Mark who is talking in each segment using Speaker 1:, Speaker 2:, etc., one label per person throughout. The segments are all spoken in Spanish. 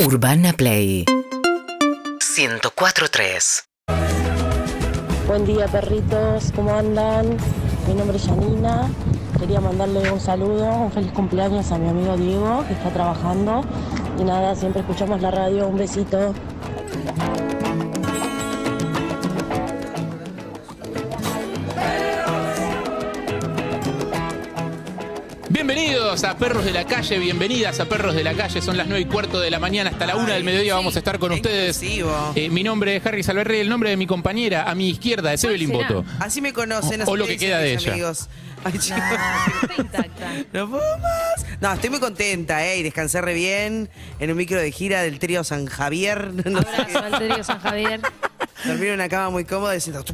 Speaker 1: Urbana Play 104.3
Speaker 2: Buen día perritos, ¿cómo andan? Mi nombre es Janina. Quería mandarle un saludo, un feliz cumpleaños a mi amigo Diego que está trabajando. Y nada, siempre escuchamos la radio. Un besito.
Speaker 3: Bienvenidos a Perros de la Calle, bienvenidas a Perros de la Calle. Son las 9 y cuarto de la mañana, hasta la 1 del mediodía vamos a estar con ustedes.
Speaker 4: Exclusivo.
Speaker 3: Eh, mi nombre es Harry Salverri, el nombre de mi compañera a mi izquierda es Evelyn Boto.
Speaker 4: Así me conocen,
Speaker 3: O-
Speaker 4: así
Speaker 3: o lo
Speaker 4: me
Speaker 3: que
Speaker 4: dicen
Speaker 3: queda de
Speaker 4: mis
Speaker 3: ella.
Speaker 4: amigos. Ay, chicos.
Speaker 5: Está intacta.
Speaker 4: No puedo más. No, estoy muy contenta, ¿eh? Y descansé re bien en un micro de gira del trío San Javier. No sé
Speaker 5: Abrazo al trío San Javier.
Speaker 4: qué. Dormí en una cama muy cómoda diciendo...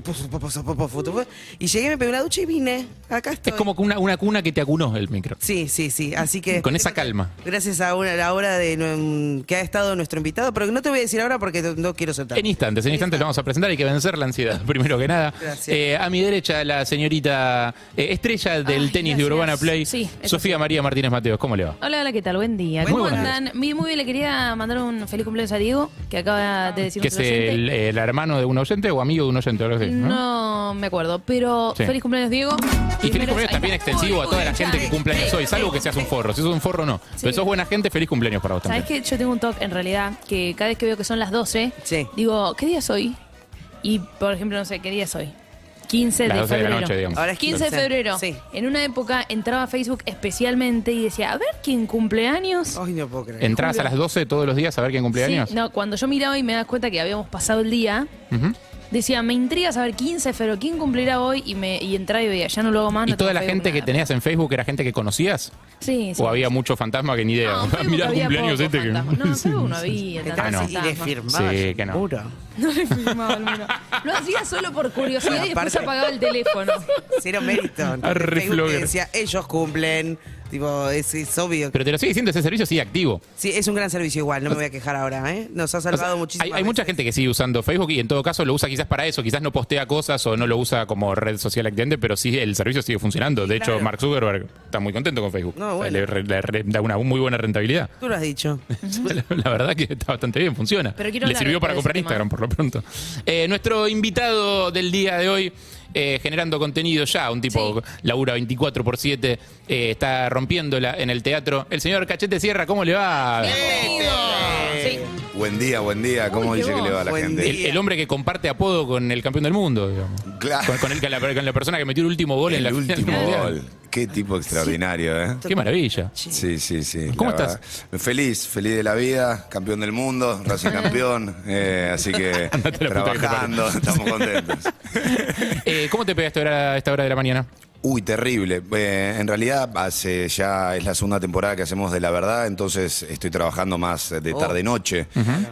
Speaker 4: Y llegué, me pegué una ducha y vine. Acá estoy.
Speaker 3: Es como que una, una cuna que te acunó el micro.
Speaker 4: Sí, sí, sí. Así que...
Speaker 3: Con esa calma.
Speaker 4: Gracias a una, la hora de, mm, que ha estado nuestro invitado, pero no te voy a decir ahora porque no- no quiero soltar.
Speaker 3: En instantes, en instantes lo vamos a presentar, hay que vencer la ansiedad, primero que nada.
Speaker 4: Gracias.
Speaker 3: Eh, a mi derecha, la señorita eh, estrella del
Speaker 5: Ay,
Speaker 3: tenis de
Speaker 5: gracias.
Speaker 3: Urbana Play,
Speaker 5: Sí, eso
Speaker 3: Sofía María Martínez Mateos. ¿Cómo le va?
Speaker 5: Hola, hola, ¿qué tal? Buen día.
Speaker 4: Muy
Speaker 5: ¿Cómo
Speaker 3: buenos
Speaker 5: andan? Muy, muy bien, le quería mandar un feliz cumpleaños a Diego, que acaba de decir
Speaker 3: ¿Que
Speaker 5: un
Speaker 3: es
Speaker 5: oyente.
Speaker 3: el, el hermano de un oyente o amigo de un oyente? algo así, ¿no?
Speaker 5: No me acuerdo, pero
Speaker 3: Sí.
Speaker 5: feliz cumpleaños, Diego.
Speaker 3: Y feliz cumpleaños también extensivo a toda la gente que
Speaker 5: Ay,
Speaker 3: cumple años hoy, salvo que seas un forro. Si sos un forro, no. Pero
Speaker 5: este Sí.
Speaker 3: sos buena gente, feliz cumpleaños para vos
Speaker 5: Sabes
Speaker 3: también.
Speaker 5: que yo tengo un toque en realidad que cada vez que veo que son las 12,
Speaker 4: Sí.
Speaker 5: digo, ¿qué día es hoy? Y por ejemplo, no sé, ¿qué día es hoy? 15
Speaker 3: Las
Speaker 5: de
Speaker 3: 12 de la
Speaker 5: febrero.
Speaker 3: noche, digamos.
Speaker 4: Ahora es
Speaker 5: 15 de
Speaker 4: 15.
Speaker 5: febrero.
Speaker 4: Sí.
Speaker 5: En una época entraba a Facebook especialmente y decía, a ver quién cumple años.
Speaker 4: Ay, no puedo creer.
Speaker 3: ¿Entrabas a las 12 todos los días a ver quién cumple años?
Speaker 5: Sí, no, cuando yo miraba y me das cuenta que habíamos pasado el día,
Speaker 3: Ujú.
Speaker 5: decía, me intriga saber 15 pero ¿quién cumplirá hoy? Y me y entraba y veía, ya no lo hago más.
Speaker 3: ¿Y
Speaker 5: no
Speaker 3: toda
Speaker 5: tengo
Speaker 3: la
Speaker 5: Facebook,
Speaker 3: gente que
Speaker 5: nada.
Speaker 3: tenías en Facebook era gente que conocías?
Speaker 5: Sí, sí.
Speaker 3: ¿O había mucho fantasma que ni idea?
Speaker 5: No, en Facebook
Speaker 3: Mirá el
Speaker 5: había
Speaker 3: cumpleaños
Speaker 5: poco
Speaker 3: este que.
Speaker 5: fantasma. No, en Facebook no había tanto
Speaker 3: Ah, no.
Speaker 4: Y le
Speaker 5: fantasma.
Speaker 4: firmaba
Speaker 3: Sí, que no.
Speaker 5: No le firmaba el muro. Lo hacía solo por curiosidad y después
Speaker 4: Aparte-
Speaker 5: apagaba el teléfono.
Speaker 4: Cero mérito. Entonces,
Speaker 3: Arre,
Speaker 4: Facebook te
Speaker 3: Flogger.
Speaker 4: decía, ellos cumplen. Tipo, es, es obvio.
Speaker 3: Pero te lo sigue diciendo, ese servicio sigue activo.
Speaker 4: Sí, es un gran servicio igual, no me voy a quejar ahora, ¿eh? Nos ha
Speaker 3: O sea,
Speaker 4: salvado muchísimo.
Speaker 3: hay, hay mucha gente que sigue usando Facebook y en todo caso lo usa quizás para eso, quizás no postea cosas o no lo usa como red social activamente, pero sí el servicio sigue funcionando. De hecho,
Speaker 4: claro.
Speaker 3: Mark Zuckerberg está muy contento con Facebook.
Speaker 4: No,
Speaker 3: O sea,
Speaker 4: bueno.
Speaker 3: le re- le re- da una muy buena rentabilidad.
Speaker 4: Tú lo has dicho.
Speaker 3: la, la verdad que está bastante bien, funciona.
Speaker 5: Pero quiero
Speaker 3: Le
Speaker 5: hablar
Speaker 3: sirvió para comprar
Speaker 5: después de ese tema.
Speaker 3: Instagram, por lo pronto. Eh, nuestro invitado del día de hoy, eh, generando contenido ya, un tipo labura 24 por 7, eh, está rompiéndola en el teatro. El señor Cachete Sierra, ¿cómo le va?
Speaker 5: Sí.
Speaker 6: Buen día, buen día. ¿Cómo
Speaker 5: Uy,
Speaker 6: dice
Speaker 5: llegó.
Speaker 6: que le va a la
Speaker 4: Buen
Speaker 6: gente?
Speaker 3: El, el hombre que comparte apodo con el campeón del mundo, digamos.
Speaker 6: Claro.
Speaker 3: Con, con el, con la, con la persona que metió el último gol en
Speaker 6: Ah. El
Speaker 3: la final
Speaker 6: último
Speaker 3: mundial.
Speaker 6: gol. Qué tipo extraordinario, ¿eh?
Speaker 3: Qué maravilla.
Speaker 6: Sí, sí, sí.
Speaker 3: ¿Cómo
Speaker 6: la
Speaker 3: estás?
Speaker 6: verdad. Feliz, feliz de la vida, campeón del mundo, Racing campeón. eh, así que
Speaker 3: Andate a la puta que te
Speaker 6: trabajando, estamos contentos.
Speaker 3: Eh, ¿Cómo te pegaste ahora a esta hora de la mañana?
Speaker 6: Uy, terrible. Eh, en realidad, hace ya es la segunda temporada que hacemos de La Verdad, entonces estoy trabajando más de tarde-noche.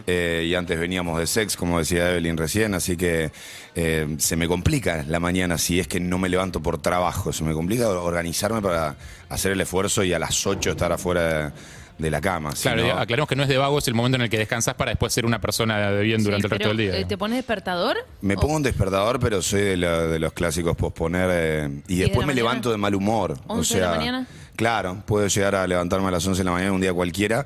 Speaker 6: Eh, y antes veníamos de sex, como decía Evelyn recién, así que eh, se me complica la mañana si es que no me levanto por trabajo. Se me complica organizarme para hacer el esfuerzo y a las 8 estar afuera de, de la cama. Si
Speaker 3: Claro,
Speaker 6: no-
Speaker 3: aclaremos que no es de vago, es el momento en el que descansas para después ser una persona de bien durante
Speaker 5: Sí,
Speaker 3: el resto del
Speaker 5: pero,
Speaker 3: día.
Speaker 5: eh,
Speaker 3: digamos.
Speaker 5: ¿Te pones despertador?
Speaker 6: Me pongo un despertador, pero soy de, la- de los clásicos posponer eh, y
Speaker 5: de
Speaker 6: después
Speaker 5: la
Speaker 6: me
Speaker 5: mañana?
Speaker 6: levanto de mal humor. o
Speaker 5: ¿Once de
Speaker 6: sea,
Speaker 5: la mañana?
Speaker 6: Claro, puedo llegar a levantarme a las 11 de la mañana un día cualquiera.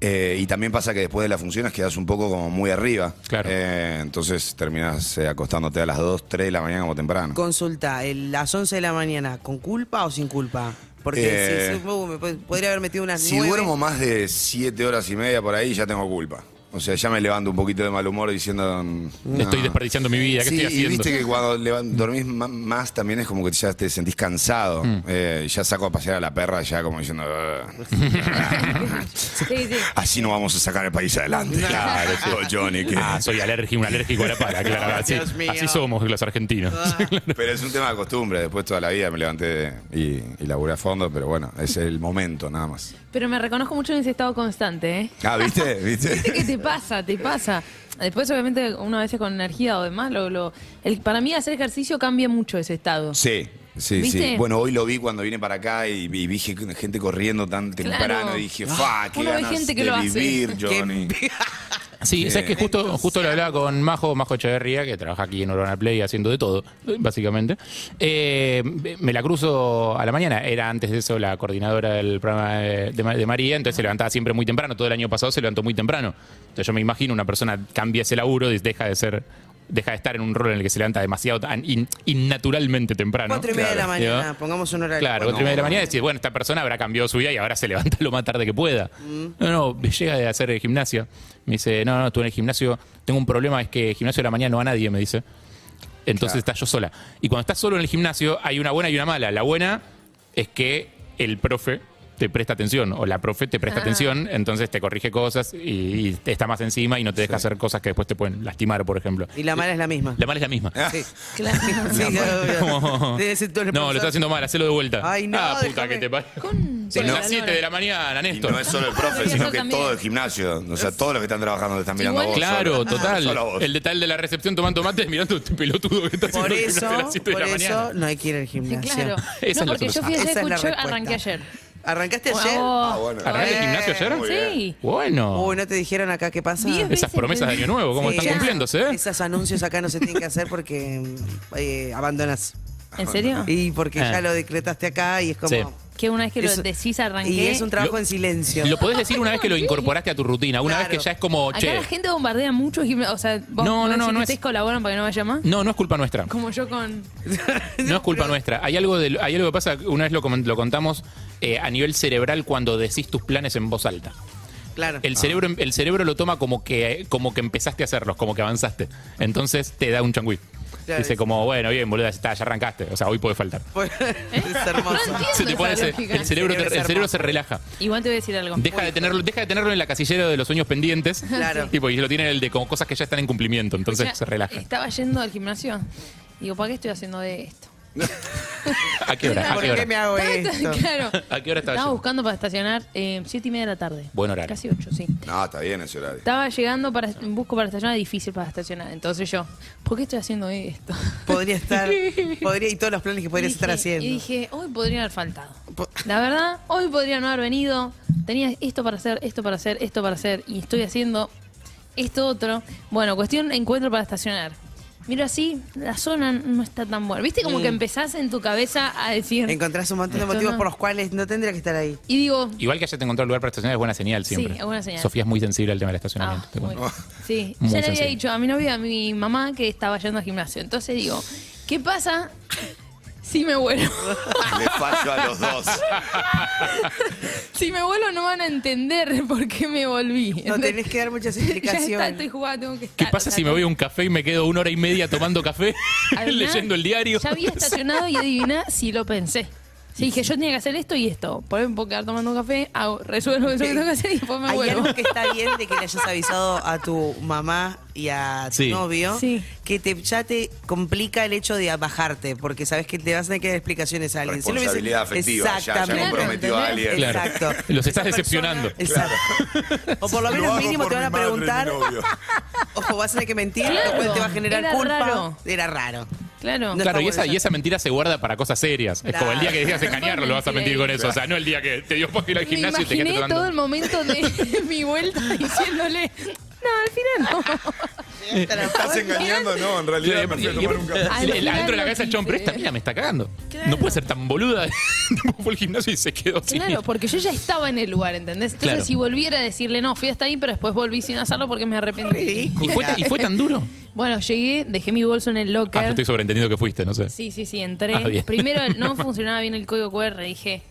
Speaker 6: eh, y también pasa que después de las funciones quedas un poco como muy arriba.
Speaker 3: Claro.
Speaker 6: Eh, entonces terminas acostándote a las 2, 3 de la mañana como temprano.
Speaker 4: Consulta, el- las 11 de la mañana, ¿con culpa o sin culpa? Porque
Speaker 6: Eh.
Speaker 4: si, supongo que me pod- podría haber metido unas
Speaker 6: Si
Speaker 4: nueve.
Speaker 6: duermo más de 7 horas y media por ahí, ya tengo culpa. O sea, ya me levanto un poquito de mal humor diciendo. mm, no.
Speaker 3: Estoy desperdiciando mi vida, ¿qué
Speaker 6: Sí,
Speaker 3: estoy
Speaker 6: y
Speaker 3: haciendo?
Speaker 6: viste que cuando levan- dormís ma- más también es como que ya te sentís cansado. Eh, ya saco a pasear a la perra ya como diciendo... "Ugh".
Speaker 5: Sí, sí.
Speaker 6: Así no vamos a sacar el país adelante. Claro, Johnny. que-
Speaker 3: Ah, soy alérgico, un alérgico a la para, claro. Así,
Speaker 4: Dios mío.
Speaker 3: así somos los argentinos.
Speaker 6: Pero es un tema de costumbre. Después toda la vida me levanté y, y laburé a fondo, pero bueno, es el momento nada más.
Speaker 5: Pero me reconozco mucho en ese estado constante, ¿eh?
Speaker 6: Ah, ¿viste? ¿Viste?
Speaker 5: ¿Qué te pasa? ¿Te pasa? Después, obviamente, uno a veces con energía o demás, lo, lo- el- para mí hacer ejercicio cambia mucho ese estado.
Speaker 6: Sí. Sí, sí.
Speaker 5: ¿Viste?
Speaker 6: Bueno, hoy lo vi cuando vine para acá y, y vi ge- gente corriendo tan temprano. Y dije, fa, qué
Speaker 5: Uno ve
Speaker 6: ganas
Speaker 5: gente que
Speaker 6: de
Speaker 5: lo hace.
Speaker 6: vivir, Johnny.
Speaker 3: Sí, sabes que justo, justo lo hablaba con Majo, Majo Echeverría, que trabaja aquí en Urban Play haciendo de todo, básicamente. Eh, me la cruzo a la mañana. Era antes de eso la coordinadora del programa de, de Ma- de María, entonces se levantaba siempre muy temprano. Todo el año pasado se levantó muy temprano. Entonces yo me imagino una persona cambia ese laburo y deja de ser, deja de estar en un rol en el que se levanta demasiado tan in- innaturalmente temprano.
Speaker 4: Cuatro y media de la
Speaker 3: Claro.
Speaker 4: mañana,
Speaker 3: ¿Ya?
Speaker 4: pongamos un horario.
Speaker 3: Claro,
Speaker 4: Bueno,
Speaker 3: otra y media de la mañana decís, bueno, esta persona habrá cambiado su vida y ahora se levanta lo más tarde que pueda.
Speaker 4: Mm.
Speaker 3: No, no, llega de hacer el gimnasio. Me dice, no, no, tú en el gimnasio, tengo un problema, es que el gimnasio de la mañana no va nadie, me dice. Entonces estás yo sola. Y cuando estás solo en el gimnasio, hay una buena y una mala. La buena es que el profe te presta atención o la profe te presta
Speaker 5: Ah.
Speaker 3: atención, entonces te corrige cosas y, y te está más encima y no te deja hacer cosas que después te pueden lastimar, por ejemplo.
Speaker 4: Y la mala es la misma.
Speaker 3: La mala es la misma.
Speaker 4: Sí.
Speaker 5: Claro.
Speaker 4: Sí, obvio.
Speaker 3: Como-
Speaker 4: Debe ser todo el
Speaker 3: no, lo
Speaker 4: profesor.
Speaker 3: está haciendo mal, hacelo de vuelta.
Speaker 4: Ay, no,
Speaker 3: Ah, puta
Speaker 4: déjame.
Speaker 3: que te parió.
Speaker 5: Con-
Speaker 3: Son
Speaker 5: con
Speaker 3: las 7 de la mañana,
Speaker 6: Y
Speaker 3: Néstor.
Speaker 6: no es solo el profe,
Speaker 5: Eso
Speaker 6: sino que
Speaker 5: también.
Speaker 6: todo el gimnasio. O sea, todos los que están trabajando te están mirando
Speaker 5: Igual-
Speaker 6: a vos.
Speaker 3: Claro,
Speaker 6: solo.
Speaker 3: total.
Speaker 6: Solo a vos.
Speaker 3: El detalle de la recepción tomando mates mirando este pelotudo que está haciendo
Speaker 4: Por
Speaker 3: el gimnasio a
Speaker 4: eso,
Speaker 3: las 7 de
Speaker 4: por
Speaker 3: la
Speaker 4: eso
Speaker 3: mañana.
Speaker 4: no hay que ir al gimnasio.
Speaker 5: Claro.
Speaker 3: es
Speaker 5: no,
Speaker 3: la
Speaker 5: porque yo
Speaker 3: solución.
Speaker 5: fui a
Speaker 4: Esa es la
Speaker 5: escuchar,
Speaker 4: respuesta.
Speaker 5: arranqué ayer.
Speaker 4: ¿Arrancaste
Speaker 5: Ah,
Speaker 4: ayer?
Speaker 5: vos.
Speaker 6: Ah, bueno.
Speaker 3: ¿Arrancaste el
Speaker 4: Eh,
Speaker 3: gimnasio ayer?
Speaker 6: muy
Speaker 5: Sí.
Speaker 3: Bueno.
Speaker 4: Uy, ¿no te dijeron acá qué pasa?
Speaker 5: Diez veces.
Speaker 3: Esas promesas de Año Nuevo, ¿cómo
Speaker 4: Sí,
Speaker 3: Ah. están
Speaker 4: ya.
Speaker 3: cumpliéndose? eh?
Speaker 4: Esos anuncios acá no se tienen que hacer porque mm, eh, abandonas.
Speaker 5: ¿En serio?
Speaker 4: Y porque
Speaker 3: Ah.
Speaker 4: ya lo decretaste acá y es como.
Speaker 3: Sí.
Speaker 5: Que una vez que
Speaker 4: Eso-
Speaker 5: lo decís arranqué.
Speaker 4: Y es un trabajo
Speaker 3: Lo-
Speaker 4: en silencio.
Speaker 3: Lo podés decir una vez que lo incorporaste a tu rutina, una vez
Speaker 4: Claro.
Speaker 3: que ya es como,
Speaker 5: Acá
Speaker 3: Oh, che.
Speaker 5: la gente bombardea mucho. gimna- O sea, vos
Speaker 3: No, no, no,
Speaker 5: podés decir
Speaker 3: no es-
Speaker 5: que ustedes colaboran para que no vaya más.
Speaker 3: No, no es culpa nuestra.
Speaker 5: Como yo con.
Speaker 3: No es culpa nuestra. Hay algo, de, hay algo que pasa, una vez lo, comen- lo contamos, eh, a nivel cerebral cuando decís tus planes en voz alta.
Speaker 4: Claro.
Speaker 3: El cerebro, el cerebro lo toma como que, como que empezaste a hacerlos, como que avanzaste. Entonces te da un changüí.
Speaker 4: Claro,
Speaker 3: Dice
Speaker 4: es-
Speaker 3: como, bueno, bien, boluda, ya está, ya arrancaste. O sea, hoy puede faltar.
Speaker 4: es hermoso.
Speaker 5: No entiendo
Speaker 3: Se te
Speaker 5: esa
Speaker 3: pone ese-
Speaker 5: lógica.
Speaker 3: el cerebro, te-
Speaker 4: El cerebro es
Speaker 3: el cerebro se
Speaker 4: hermoso.
Speaker 3: relaja.
Speaker 5: Igual te voy a decir algo.
Speaker 3: Deja de, tenerlo, deja de tenerlo en la casillera de los sueños pendientes.
Speaker 4: Claro.
Speaker 3: Tipo, y lo tiene en el de como cosas que ya están en cumplimiento. Entonces
Speaker 5: Ya
Speaker 3: se relaja.
Speaker 5: Estaba yendo al gimnasio. Digo, ¿para qué estoy haciendo de esto?
Speaker 3: ¿A qué hora? ¿A
Speaker 4: ¿Por
Speaker 3: qué
Speaker 4: qué me
Speaker 3: hora?
Speaker 4: hago esto?
Speaker 5: Estaba- claro.
Speaker 3: ¿A qué hora estaba
Speaker 5: Estaba
Speaker 3: yendo?
Speaker 5: buscando para estacionar eh, siete y media de la tarde.
Speaker 3: Buen horario.
Speaker 5: Casi ocho, sí.
Speaker 6: No, está bien ese horario.
Speaker 5: Estaba llegando para busco para estacionar, difícil para estacionar. Entonces yo, ¿por qué estoy haciendo esto?
Speaker 4: Podría estar. Podría, y todos los planes que podrías
Speaker 5: Y
Speaker 4: estar
Speaker 5: dije-
Speaker 4: haciendo.
Speaker 5: Y dije, hoy podría haber faltado.
Speaker 4: Po-
Speaker 5: La verdad, hoy podría no haber venido. Tenía esto para hacer, esto para hacer, esto para hacer. Y estoy haciendo esto otro. Bueno, cuestión encuentro para estacionar. Miro así, la zona no está tan buena. ¿Viste como que
Speaker 4: Mm.
Speaker 5: empezás en tu cabeza a decir...
Speaker 4: Encontrás un montón de
Speaker 5: Esto
Speaker 4: motivos
Speaker 5: no.
Speaker 4: por los cuales no tendría que estar ahí.
Speaker 5: Y digo...
Speaker 3: Igual que haya te encontrado el lugar para estacionar es buena señal
Speaker 5: Sí,
Speaker 3: siempre.
Speaker 5: es buena señal.
Speaker 3: Sofía es muy sensible al tema del
Speaker 5: Ah,
Speaker 3: estacionamiento. te
Speaker 5: muy-
Speaker 3: cuento.
Speaker 5: sí,
Speaker 3: Muy
Speaker 5: ya le había
Speaker 3: sensible.
Speaker 5: dicho a mi novia, a mi mamá, que estaba yendo al gimnasio. Entonces digo, ¿qué pasa si me vuelvo?
Speaker 6: Le fallo a los dos.
Speaker 5: Si me vuelvo no van a entender por qué me volví.
Speaker 4: No tenés que dar muchas explicaciones.
Speaker 5: Ya está, estoy jugando, tengo que
Speaker 3: ¿Qué
Speaker 5: estar.
Speaker 3: pasa
Speaker 5: Ah, o sea,
Speaker 3: si me voy a un café y me quedo una hora y media tomando café,
Speaker 5: adiviná,
Speaker 3: leyendo el diario?
Speaker 5: Ya había estacionado y adiviná si lo pensé. Sí, dije, yo tenía que hacer esto y esto. Por ahí me puedo quedar tomando un café, hago, resuelvo eso que tengo que hacer y después me
Speaker 4: Hay
Speaker 5: vuelvo.
Speaker 4: algo que está bien de que le hayas avisado a tu mamá y a tu
Speaker 3: Sí.
Speaker 4: novio
Speaker 5: Sí.
Speaker 4: que te, ya te complica el hecho de bajarte, porque sabes que te vas a tener que dar explicaciones a alguien. Si no hubiese-
Speaker 6: Responsabilidad afectiva, ya- ya
Speaker 4: Exactamente.
Speaker 5: comprometió a
Speaker 6: alguien.
Speaker 3: Claro.
Speaker 4: Exacto.
Speaker 3: Los
Speaker 4: Esa
Speaker 3: estás
Speaker 4: persona-
Speaker 3: decepcionando.
Speaker 4: Exacto. O por lo menos
Speaker 6: hago
Speaker 4: mínimo
Speaker 6: por
Speaker 4: te
Speaker 6: mi
Speaker 4: van a
Speaker 6: madre,
Speaker 4: preguntar,
Speaker 6: mi novio.
Speaker 4: ojo, vas a tener que mentir, lo
Speaker 5: Claro.
Speaker 4: cual te va a generar
Speaker 5: Era
Speaker 4: culpa.
Speaker 5: raro.
Speaker 4: Era raro.
Speaker 5: Claro.
Speaker 4: No
Speaker 3: Claro, y
Speaker 4: bueno
Speaker 3: esa,
Speaker 4: eso.
Speaker 3: y esa mentira se guarda para cosas serias. Es como el día que
Speaker 4: Claro.
Speaker 3: dejas de engañarlo, lo vas a mentir con eso. O sea, no el día que te dio por ir al
Speaker 5: Me
Speaker 3: gimnasio y te quedaste
Speaker 5: imaginé
Speaker 3: tomando.
Speaker 5: todo el momento de mi vuelta diciéndole, no, al final no.
Speaker 6: ¿Estás engañando? No, en
Speaker 3: Y-
Speaker 6: realidad me
Speaker 3: y-
Speaker 6: fui a
Speaker 3: y-
Speaker 6: tomar un café.
Speaker 5: Al
Speaker 3: el- el-
Speaker 5: final
Speaker 3: adentro de la
Speaker 5: lo
Speaker 3: cabeza el chon, pero
Speaker 5: hice.
Speaker 3: esta mina me está cagando.
Speaker 5: Claro.
Speaker 3: No puede ser tan boluda. Tipo, Fue al gimnasio y se quedó sin ir.
Speaker 5: Claro, porque yo ya estaba en el lugar, ¿entendés? Entonces
Speaker 3: Claro.
Speaker 5: si volviera a decirle, no, fui hasta ahí, pero después volví sin hacerlo porque me arrepentí.
Speaker 3: ¿Y fue, ta- y fue tan duro?
Speaker 5: Bueno, llegué, dejé mi bolso en el
Speaker 3: Ah,
Speaker 5: locker.
Speaker 3: yo estoy sobreentendido que fuiste, no sé.
Speaker 5: Sí, sí, sí, entré.
Speaker 3: Ah, bien.
Speaker 5: Primero el- no funcionaba bien el código QR, dije,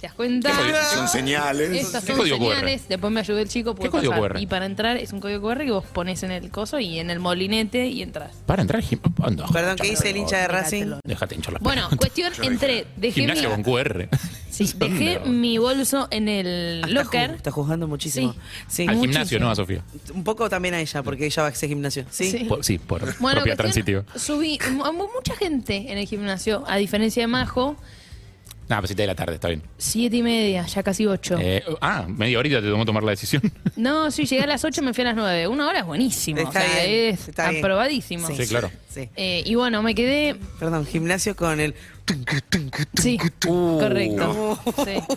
Speaker 5: ¿te das cuenta?
Speaker 6: Son señales.
Speaker 5: Estas
Speaker 3: ¿Qué
Speaker 5: son
Speaker 3: código QR?
Speaker 5: señales. Después me ayudó el chico. pude
Speaker 3: ¿Qué código
Speaker 5: pasar.
Speaker 3: QR?
Speaker 5: Y para entrar es un código QR que vos pones en el coso y en el molinete y entras.
Speaker 3: Para entrar al gim- anda,
Speaker 4: Perdón, ¿qué dice el hincha de Racing?
Speaker 5: Déjatelo.
Speaker 3: Déjate hinchar las
Speaker 5: Bueno,
Speaker 3: pelotas.
Speaker 5: cuestión, entré, dejé mi,
Speaker 3: Gimnasio con QR.
Speaker 5: sí, dejé mi bolso en el
Speaker 4: Ah, Está,
Speaker 5: locker.
Speaker 4: ju- está juzgando muchísimo. Sí.
Speaker 3: Al
Speaker 5: muchísimo.
Speaker 3: gimnasio, ¿no, a Sofía?
Speaker 4: Un poco también a ella, porque ella va a ese gimnasio. Sí.
Speaker 5: Sí.
Speaker 3: Por- sí, por propia
Speaker 5: cuestión,
Speaker 3: transitiva.
Speaker 5: Subí mu- mu- mucha gente en el gimnasio, a diferencia de Majo,
Speaker 3: Nada, pues siete de la tarde, está bien.
Speaker 5: siete y media, ya casi ocho.
Speaker 3: Eh, ah, media horita te tomó tomar la decisión.
Speaker 5: No, sí, llegué a las ocho y me fui a las nueve. Una hora es buenísimo.
Speaker 4: Está
Speaker 5: o sea,
Speaker 4: bien,
Speaker 5: es
Speaker 4: está bien.
Speaker 5: aprobadísimo.
Speaker 3: Sí, claro.
Speaker 4: Sí.
Speaker 5: Eh, y bueno, me quedé
Speaker 4: Perdón, gimnasio con el
Speaker 5: Sí, correcto. Sí.
Speaker 4: Uh.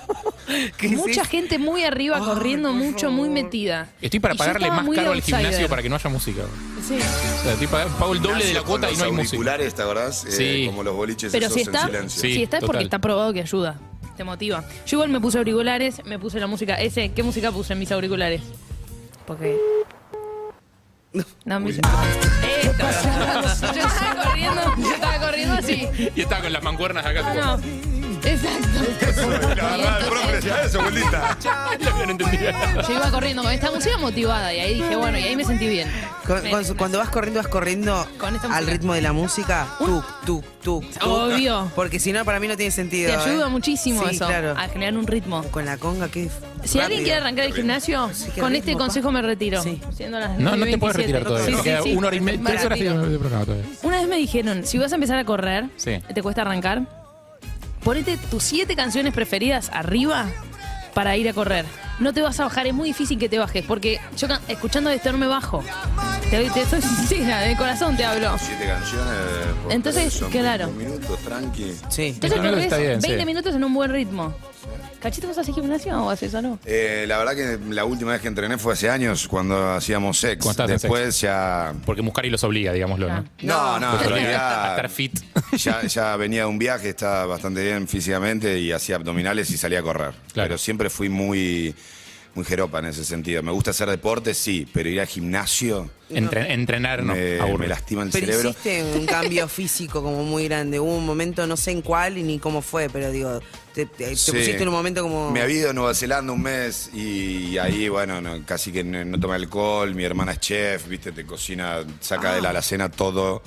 Speaker 4: ¿Qué es
Speaker 5: Mucha
Speaker 4: eso?
Speaker 5: gente muy arriba, corriendo mucho, muy metida.
Speaker 3: Estoy para
Speaker 5: Y yo
Speaker 3: pagarle
Speaker 5: estaba
Speaker 3: más
Speaker 5: muy
Speaker 3: caro al
Speaker 5: outsider.
Speaker 3: gimnasio para que no haya música. O
Speaker 5: Sí.
Speaker 3: sea, estoy pag- pago el doble de la
Speaker 6: Gimnasio con
Speaker 3: cuota y
Speaker 6: los
Speaker 3: no hay música.
Speaker 6: auriculares, ¿te acordás? Eh,
Speaker 3: Sí.
Speaker 6: como los boliches
Speaker 5: Pero
Speaker 6: esos
Speaker 5: si
Speaker 6: en
Speaker 5: está,
Speaker 6: silencio.
Speaker 3: Sí,
Speaker 5: si está es
Speaker 3: total.
Speaker 5: porque está probado que ayuda, te motiva. Yo igual me puse auriculares, me puse la música. Ese, ¿qué música puse en mis auriculares? Porque. No, mis... Ah, Esto. Yo estaba corriendo, yo estaba corriendo así.
Speaker 3: Y estaba con las mancuernas
Speaker 5: No,
Speaker 3: acá.
Speaker 5: Ah, no. Exacto.
Speaker 6: La verdad, el profe decía eso, abuelita.
Speaker 3: Es lo que no entendía.
Speaker 5: Yo iba corriendo con esta música motivada y ahí dije, bueno, y ahí me sentí bien.
Speaker 4: Con-
Speaker 5: Me-
Speaker 4: con su- cuando vas corriendo, vas corriendo
Speaker 5: Con esta
Speaker 4: al
Speaker 5: música. Uh.
Speaker 4: ritmo de la música. Tuk, tuk, tuk. tuk.
Speaker 5: Obvio.
Speaker 4: Porque si no, para mí no tiene sentido.
Speaker 5: Te ayuda
Speaker 4: ¿eh?
Speaker 5: muchísimo
Speaker 4: Sí,
Speaker 5: eso,
Speaker 4: claro.
Speaker 5: a generar un ritmo.
Speaker 4: Con la conga, qué.
Speaker 5: Si alguien quiere arrancar el gimnasio,
Speaker 4: Sí, qué
Speaker 5: con
Speaker 4: ritmo,
Speaker 5: este
Speaker 4: pa.
Speaker 5: consejo me retiro.
Speaker 4: Sí.
Speaker 5: Siendo las
Speaker 3: No, no te puedes
Speaker 5: 9:27.
Speaker 3: retirar todavía.
Speaker 5: Sí,
Speaker 3: Nos
Speaker 5: sí,
Speaker 3: queda
Speaker 5: sí.
Speaker 3: una hora y media,
Speaker 5: Me
Speaker 3: tres horas de
Speaker 5: retiro.
Speaker 3: de programa todavía.
Speaker 5: Una vez me dijeron, si vas a empezar a correr,
Speaker 3: Sí.
Speaker 5: te cuesta arrancar, ponete tus siete canciones preferidas arriba para ir a correr. No te vas a bajar, es muy difícil que te bajes, porque yo ca- escuchando esto no me bajo. Te, te soy sincera, de corazón te hablo.
Speaker 6: Siete canciones. por
Speaker 5: Entonces,
Speaker 6: son
Speaker 5: claro.
Speaker 6: 20 minutos, tranqui.
Speaker 4: Sí.
Speaker 5: Entonces
Speaker 3: Claro,
Speaker 5: creo que
Speaker 3: está
Speaker 5: es
Speaker 3: bien,
Speaker 5: 20
Speaker 3: sí.
Speaker 5: minutos en un buen ritmo. ¿Cachito vos haces gimnasia o haces algo?
Speaker 6: Eh, la verdad que la última vez que entrené fue hace años cuando hacíamos sex.
Speaker 3: Cuando estabas en
Speaker 6: Después ya.
Speaker 3: Porque Muscari los obliga, digámoslo, ¿no?
Speaker 5: Claro.
Speaker 6: No, no, en
Speaker 3: Los obliga a
Speaker 6: realidad.
Speaker 3: estar fit.
Speaker 6: Ya, ya venía de un viaje, estaba bastante bien físicamente y hacía abdominales y salía a correr.
Speaker 3: Claro.
Speaker 6: Pero siempre fui muy, muy jeropa en ese sentido. Me gusta hacer deporte, sí, pero ir al gimnasio
Speaker 3: Entre- entrenar, no.
Speaker 6: me, me
Speaker 3: aburre.
Speaker 6: lastima el
Speaker 4: Pero
Speaker 6: cerebro.
Speaker 4: hiciste un cambio físico como muy grande. Hubo un momento, no sé en cuál y ni cómo fue, pero digo, te, te- te
Speaker 6: Sí.
Speaker 4: pusiste en un momento como.
Speaker 6: Me había ido a Nueva Zelanda un mes y ahí, bueno, no, casi que no, no tomé alcohol. Mi hermana es chef, viste, te cocina, saca
Speaker 4: Ah.
Speaker 6: de la alacena todo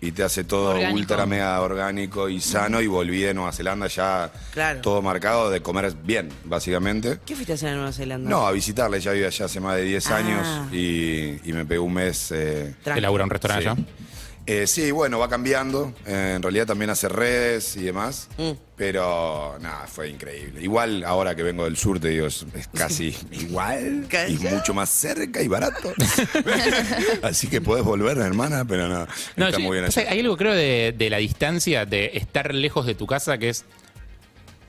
Speaker 6: y te hace todo
Speaker 5: Orgánico.
Speaker 6: ultra mega orgánico y sano. Y volví de Nueva Zelanda ya
Speaker 4: Claro.
Speaker 6: todo marcado de comer bien, básicamente.
Speaker 4: ¿Qué fuiste a hacer en Nueva Zelanda?
Speaker 6: No, a visitarla, ella vive allá hace más de 10
Speaker 4: Ah.
Speaker 6: años y, y me pegó un mes. eh,
Speaker 3: Te labura un restaurante
Speaker 6: Sí.
Speaker 3: allá.
Speaker 6: eh, sí, bueno, va cambiando. Eh, en realidad también hace redes y demás.
Speaker 4: Mm.
Speaker 6: Pero nada, fue increíble. Igual ahora que vengo del sur, te digo, es, es casi igual y
Speaker 4: Calla.
Speaker 6: mucho más cerca y barato. Así que podés volver, hermana, pero no.
Speaker 3: No,
Speaker 6: está
Speaker 3: sí,
Speaker 6: muy bien
Speaker 3: pasa
Speaker 6: allá.
Speaker 3: que hay algo, creo, de, de la distancia, de estar lejos de tu casa, que es.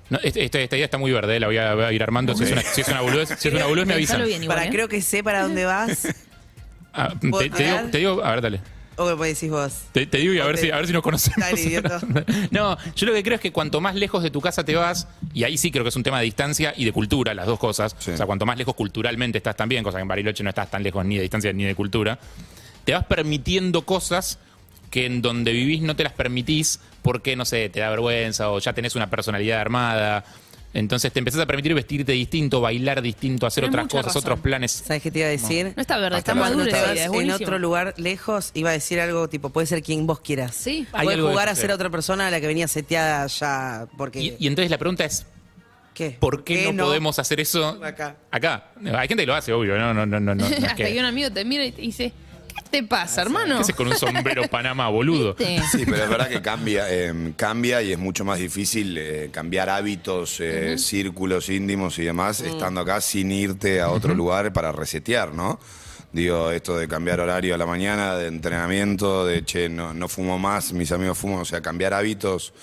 Speaker 3: no, este- esta, esta idea está muy verde, eh, la voy a, voy a ir armando. Si es una, si es una boludez, si es una boludez, me avisan.
Speaker 5: Pensalo bien igual,
Speaker 4: Para,
Speaker 5: ¿eh?
Speaker 4: creo que sé para dónde vas.
Speaker 3: Ah, te,
Speaker 4: ¿Puedo
Speaker 3: te digo,
Speaker 4: tirar?
Speaker 3: te digo- a ver, dale.
Speaker 4: o me decís vos.
Speaker 3: Te, te digo y a ver,
Speaker 4: Ok.
Speaker 3: si, a ver si nos conocemos.
Speaker 4: Dale, idiota.
Speaker 3: No, yo lo que creo es que cuanto más lejos de tu casa te vas, y ahí sí creo que es un tema de distancia y de cultura, las dos cosas.
Speaker 6: Sí.
Speaker 3: O sea, cuanto más lejos culturalmente estás también, cosa que en Bariloche no estás tan lejos ni de distancia ni de cultura, te vas permitiendo cosas que en donde vivís no te las permitís porque, no sé, te da vergüenza o ya tenés una personalidad armada. Entonces te empezás a permitir vestirte distinto, bailar distinto, hacer
Speaker 5: Tenés
Speaker 3: otras
Speaker 5: mucha
Speaker 3: cosas,
Speaker 5: razón.
Speaker 3: otros planes.
Speaker 4: ¿Sabes qué te iba a decir?
Speaker 5: No está verde,
Speaker 6: Hasta
Speaker 5: está
Speaker 6: ahora
Speaker 5: madura
Speaker 4: Cuando te
Speaker 5: esa
Speaker 4: vas
Speaker 5: idea, es
Speaker 4: en
Speaker 5: buenísimo.
Speaker 4: otro lugar lejos, iba a decir algo tipo, puede ser quien vos quieras.
Speaker 5: Sí.
Speaker 3: Hay
Speaker 4: Puedes
Speaker 3: algo de
Speaker 4: jugar
Speaker 3: eso,
Speaker 4: a ser
Speaker 3: sí.
Speaker 4: otra persona a la que venía seteada ya. Porque,
Speaker 3: Y- y entonces la pregunta es,
Speaker 4: ¿qué?
Speaker 3: ¿Por qué, no, podemos hacer eso
Speaker 4: Eh, Acá.
Speaker 3: acá? Hay gente que lo hace, obvio. No, no, no, no. no, no es
Speaker 5: Hasta
Speaker 3: que-
Speaker 5: que un amigo te mira y te dice, ¿qué te pasa, hermano?
Speaker 3: ¿Qué haces con un sombrero Panamá, boludo?
Speaker 5: Te-
Speaker 6: Sí, pero es verdad que cambia, eh, cambia y es mucho más difícil eh, cambiar hábitos, eh, círculos íntimos y demás, estando acá sin irte a otro lugar para resetear, ¿no? Digo, esto de cambiar horario a la mañana, de entrenamiento, de che, no, no fumo más, mis amigos fuman, o sea, cambiar hábitos.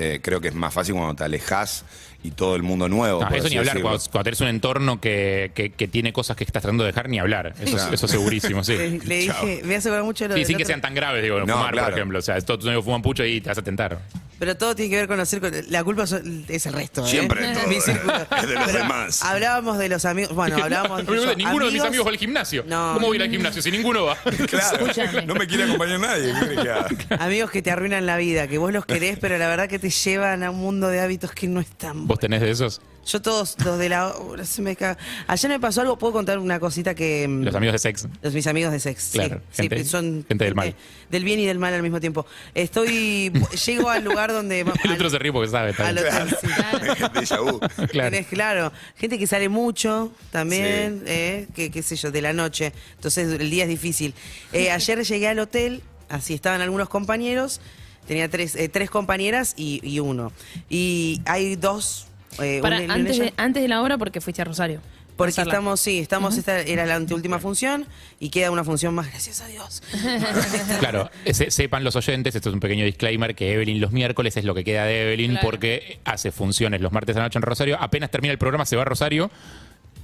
Speaker 6: eh, creo que es más fácil cuando te alejas y todo el mundo nuevo.
Speaker 3: No,
Speaker 6: por
Speaker 3: Ah, eso
Speaker 6: así
Speaker 3: ni hablar.
Speaker 6: decirlo.
Speaker 3: Cuando, cuando tenés un entorno que, que- que tiene cosas que estás tratando de dejar, ni hablar. Eso, es-
Speaker 6: Claro.
Speaker 3: eso es segurísimo, sí.
Speaker 4: Le, le
Speaker 6: Chao.
Speaker 4: dije, me hace acordar mucho de lo
Speaker 3: Sí,
Speaker 4: del
Speaker 3: sin que
Speaker 4: otro-
Speaker 3: sean tan graves, digo,
Speaker 6: No,
Speaker 3: fumar,
Speaker 6: claro.
Speaker 3: por ejemplo. O sea, todos tus amigos fuman pucho y te vas a tentar.
Speaker 4: Pero todo tiene que ver con los círculos. La culpa so- es el resto. ¿eh?
Speaker 6: Siempre todo,
Speaker 4: Mi círculo.
Speaker 6: eh, es de los demás.
Speaker 4: Hablábamos de los amigos. Bueno, hablábamos de
Speaker 3: ninguno de mis amigos va al gimnasio.
Speaker 4: No.
Speaker 3: ¿Cómo voy a ir al gimnasio si ninguno va?
Speaker 6: Claro,
Speaker 5: Escúchame.
Speaker 6: no me quiere acompañar nadie. ¿qué querés que haga?
Speaker 4: Amigos que te arruinan la vida, que vos los querés, pero la verdad que te llevan a un mundo de hábitos que no están.
Speaker 3: ¿Vos tenés de esos?
Speaker 4: Yo todos los de la obra se me caga. Ayer me pasó algo, puedo contar una cosita que. mm,
Speaker 3: Los amigos de sexo.
Speaker 4: los- mis amigos de sex. sí,
Speaker 3: Claro,
Speaker 4: sí,
Speaker 3: gente-
Speaker 4: son eh,
Speaker 3: gente del mal.
Speaker 4: Del bien y del mal al mismo tiempo. Estoy. llego al lugar donde.
Speaker 3: El otro se ríe porque sabe. está
Speaker 4: al
Speaker 3: bien.
Speaker 4: hotel, sí.
Speaker 6: Déjà vu.
Speaker 3: Claro.
Speaker 4: Tenés, claro. Gente que sale mucho también,
Speaker 6: Sí.
Speaker 4: eh, que qué sé yo, de la noche. Entonces el día es difícil. Eh, ayer llegué al hotel, así estaban algunos compañeros. Tenía tres, eh, tres compañeras y, y uno. Y hay eh, dos. eh,
Speaker 5: Para,
Speaker 4: una- una
Speaker 5: antes,
Speaker 4: ella-
Speaker 5: de, antes de la hora, porque fuiste a Rosario.
Speaker 4: Porque
Speaker 5: hacerla.
Speaker 4: estamos, sí, estamos, esta era la anteúltima función y queda una función más, gracias a Dios.
Speaker 3: Claro, se- sepan los oyentes, esto es un pequeño disclaimer, que Evelyn los miércoles es lo que queda de Evelyn
Speaker 5: Claro.
Speaker 3: porque hace funciones los martes a la noche en Rosario. Apenas termina el programa, se va a Rosario,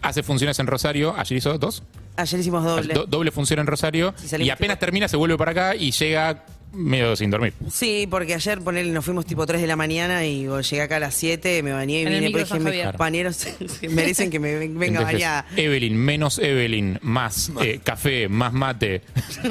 Speaker 3: hace funciones en Rosario. Ayer hizo dos.
Speaker 4: Ayer hicimos doble.
Speaker 3: Do- doble función en Rosario.
Speaker 4: Sí, salimos
Speaker 3: y apenas
Speaker 4: tipo-
Speaker 3: termina, se vuelve para acá y llega medio sin dormir.
Speaker 4: Sí, porque ayer ponele, nos fuimos tipo 3 de la mañana y bueno, llegué acá a las 7, me bañé y
Speaker 5: En el
Speaker 4: vine
Speaker 5: micro
Speaker 4: porque dije,
Speaker 5: San
Speaker 4: mis
Speaker 5: Javier.
Speaker 4: compañeros merecen que me ven- venga
Speaker 3: Entonces,
Speaker 4: bañada.
Speaker 3: Evelyn, menos Evelyn, más eh, café, más mate,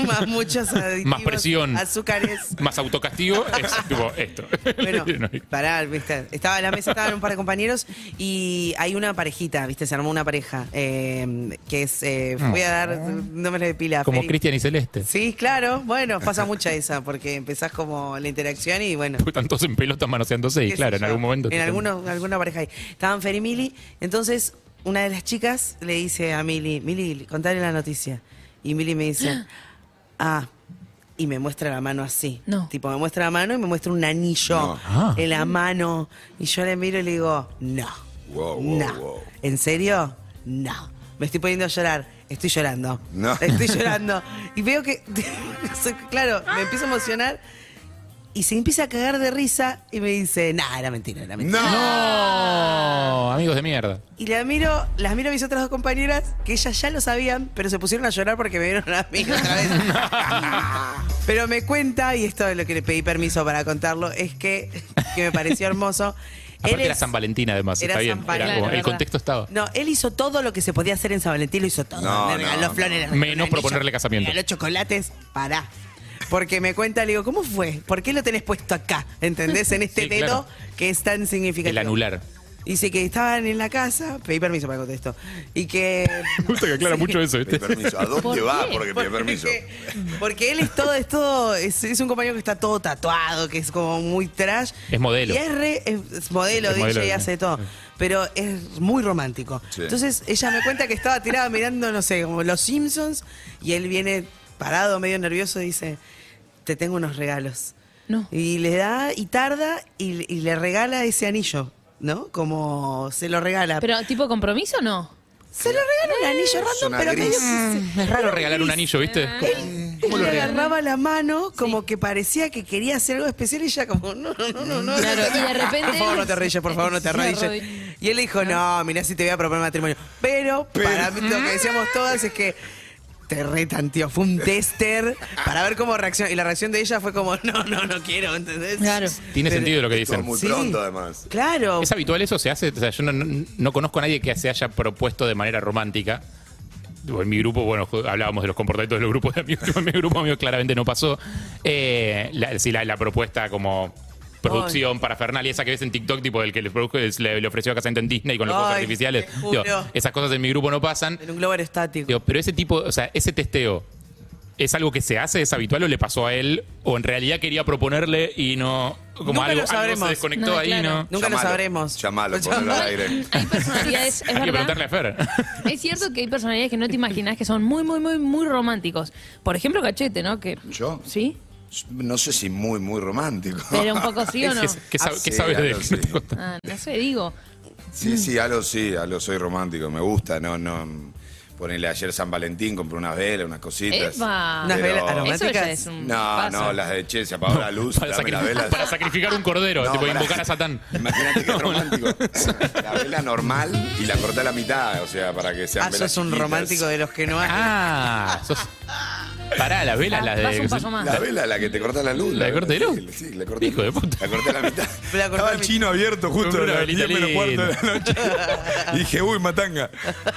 Speaker 4: más muchos aditivos,
Speaker 3: Más presión.
Speaker 4: azúcares.
Speaker 3: más autocastigo, es tipo esto.
Speaker 4: Bueno,
Speaker 3: No hay-
Speaker 4: pará, viste, estaba en la mesa, estaban un par de compañeros y hay una parejita, viste, se armó una pareja, eh, que es, eh, voy a dar nombres de pila.
Speaker 3: Ah. Como
Speaker 4: Feri.
Speaker 3: Cristian y Celeste.
Speaker 4: Sí, claro, bueno, pasa mucha esa, porque empezás como la interacción y bueno.
Speaker 3: Porque están todos en pelotas manoseándose y
Speaker 4: qué
Speaker 3: claro,
Speaker 4: sé
Speaker 3: en
Speaker 4: yo,
Speaker 3: algún momento.
Speaker 4: En alguno- alguna pareja ahí. Estaban Fer y Mili, entonces una de las chicas le dice a Mili, Mili, contale la noticia. Y Mili me dice, ah, y me muestra la mano así.
Speaker 5: No.
Speaker 4: Tipo, me muestra la mano y me muestra un anillo
Speaker 6: No.
Speaker 3: Ah.
Speaker 4: en la mano. Y yo le miro y le digo, no.
Speaker 6: Wow, wow,
Speaker 4: no.
Speaker 6: wow.
Speaker 4: ¿En serio? No. Me estoy poniendo a llorar. Estoy llorando.
Speaker 6: No.
Speaker 4: Estoy llorando. Y veo que, claro, me empiezo a emocionar. Y se empieza a cagar de risa y me dice, nah, era mentira, era mentira.
Speaker 3: No, amigos de mierda.
Speaker 4: Y la miro, las miro a mis otras dos compañeras, que ellas ya lo sabían, pero se pusieron a llorar porque me vieron a mí otra vez. pero me cuenta, y esto es lo que le pedí permiso para contarlo, es que, que me pareció hermoso.
Speaker 3: Aparte
Speaker 4: Él
Speaker 3: era
Speaker 4: es-
Speaker 3: San Valentín, además.
Speaker 4: era
Speaker 3: está bien.
Speaker 4: San Valentín.
Speaker 3: era como-
Speaker 5: Claro,
Speaker 3: el
Speaker 5: verdad.
Speaker 3: contexto estaba.
Speaker 4: No, él hizo todo lo que se podía hacer en San Valentín, lo hizo todo.
Speaker 6: No,
Speaker 4: le
Speaker 6: no,
Speaker 4: regaló
Speaker 6: no.
Speaker 4: flores, le regaló
Speaker 3: Menos
Speaker 4: un anillo,
Speaker 3: proponerle casamiento.
Speaker 4: le Regaló chocolates, pará. Porque me cuenta, le digo, ¿cómo fue? ¿Por qué lo tenés puesto acá? ¿Entendés? En este
Speaker 3: Sí,
Speaker 4: dedo
Speaker 3: claro.
Speaker 4: que es tan significativo.
Speaker 3: El anular.
Speaker 4: Dice que estaban en la casa, pedí permiso para contestar esto, y que...
Speaker 3: Me gusta que aclara mucho eso,
Speaker 6: Pedí
Speaker 3: ¿viste?
Speaker 6: permiso. ¿A dónde
Speaker 5: ¿Por
Speaker 6: va?
Speaker 5: qué?
Speaker 6: Porque pide permiso.
Speaker 4: porque él es todo, es todo, es, es un compañero que está todo tatuado, que es como muy trash.
Speaker 3: Es modelo.
Speaker 4: Y es, re- es- es modelo,
Speaker 3: Es
Speaker 4: DJ,
Speaker 3: modelo,
Speaker 4: hace
Speaker 3: sí.
Speaker 4: todo. Pero es muy romántico.
Speaker 6: Sí.
Speaker 4: Entonces ella me cuenta que estaba tirada mirando, no sé, como Los Simpsons, y él viene parado, medio nervioso, y dice, te tengo unos regalos.
Speaker 5: No.
Speaker 4: Y le da, y tarda, y, y le regala ese anillo, ¿no? Como se lo regala.
Speaker 5: Pero, ¿tipo compromiso o no?
Speaker 4: se lo regala un anillo random,
Speaker 6: una
Speaker 4: pero
Speaker 6: gris.
Speaker 4: medio-
Speaker 3: Mm, Es raro regalar un anillo, ¿viste?
Speaker 4: Él le agarraba la mano como que parecía que quería hacer algo especial y ella como, no, no, no, no, no.
Speaker 5: Claro, y de repente-
Speaker 4: Por favor, no te arrodilles, por favor, no te
Speaker 5: Se
Speaker 4: arrodilles.
Speaker 5: arrodilló.
Speaker 4: Y él dijo, no, mirá si te voy a proponer matrimonio. Pero, para mí, lo que decíamos todas es que te retan, tío. Fue un tester para ver cómo reacciona. Y la reacción de ella fue como, no, no, no quiero, ¿entendés?
Speaker 5: Claro.
Speaker 3: Tiene
Speaker 4: Pero-
Speaker 3: sentido lo que
Speaker 6: Todo
Speaker 3: dicen.
Speaker 6: muy
Speaker 4: Sí.
Speaker 6: pronto, además.
Speaker 4: Claro.
Speaker 3: ¿Es habitual eso? ¿Se hace? O sea, yo no, no- no conozco a nadie que se haya propuesto de manera romántica. Digo, En mi grupo, bueno, jo- hablábamos de los comportamientos de los grupos de amigos. En mi grupo de amigos claramente no pasó. Eh, la, sí, la, la propuesta como producción para Fernal y esa que ves en TikTok, tipo del que le, produjo- es- le, le ofreció a Casamiento en Disney con los fuegos
Speaker 4: Ay,
Speaker 3: artificiales.
Speaker 4: te juro.
Speaker 3: Digo, esas cosas en mi grupo no pasan.
Speaker 4: En un globo aerostático.
Speaker 3: Digo, pero ese tipo, o sea, ese testeo, ¿es algo que se hace? ¿Es habitual o le pasó a él? ¿O en realidad quería proponerle y no. Como algo,
Speaker 4: Nunca lo
Speaker 3: algo se
Speaker 4: sabremos.
Speaker 3: desconectó
Speaker 5: No,
Speaker 3: ahí,
Speaker 5: claro.
Speaker 3: ¿no?
Speaker 4: Nunca lo
Speaker 6: Llamalo.
Speaker 4: sabremos. Pues, ah,
Speaker 6: Llamalo, ponelo al aire.
Speaker 5: Hay personalidades, es
Speaker 3: Hay que
Speaker 5: verdad.
Speaker 3: preguntarle a Fer.
Speaker 5: Es cierto que hay personalidades que no te imaginas que son muy, muy, muy, muy románticos. Por ejemplo, Cachete, ¿no? Que,
Speaker 6: ¿Yo?
Speaker 5: ¿Sí?
Speaker 6: No sé si muy, muy romántico.
Speaker 5: Pero un poco sí o no.
Speaker 3: ¿Qué, qué sab-
Speaker 6: Ah,
Speaker 3: qué
Speaker 6: sí,
Speaker 3: sabes de
Speaker 6: algo
Speaker 3: él?
Speaker 6: sí.
Speaker 5: Ah, no sé, digo.
Speaker 6: Sí, sí, algo sí, algo soy romántico, me gusta, no, no. Ponele ayer San Valentín, compré unas velas, unas cositas.
Speaker 5: ¡Epa!
Speaker 4: Unas velas
Speaker 6: Pero-
Speaker 4: aromáticas.
Speaker 5: Eso ya es un
Speaker 6: No,
Speaker 5: paso.
Speaker 6: no, las de Che, se apagó la luz,
Speaker 3: Para,
Speaker 6: dame las
Speaker 3: sacrificar-
Speaker 6: velas.
Speaker 3: para sacrificar un cordero,
Speaker 6: No,
Speaker 3: tipo
Speaker 6: para-
Speaker 3: invocar a Satán.
Speaker 6: Imagínate qué romántico. La vela normal y la corté a la mitad, o sea, para que sean
Speaker 4: Ah,
Speaker 6: velas
Speaker 4: sos un
Speaker 6: chiquitas.
Speaker 4: romántico de los que no hay.
Speaker 3: Ah, sos- pará, las velas, las de.
Speaker 5: Ah, Vas un paso más.
Speaker 6: La vela, la que te corta la luz.
Speaker 3: ¿La de corte de luz?
Speaker 6: Sí, la corté.
Speaker 3: Hijo de puta.
Speaker 6: La corté a la mitad.
Speaker 4: Me la corté a
Speaker 6: Estaba
Speaker 4: la
Speaker 6: el
Speaker 4: mitad.
Speaker 6: chino abierto justo
Speaker 3: Una
Speaker 6: a las
Speaker 3: velita
Speaker 6: 10 menos cuarto
Speaker 3: linda.
Speaker 6: de la noche. Y dije, uy, matanga.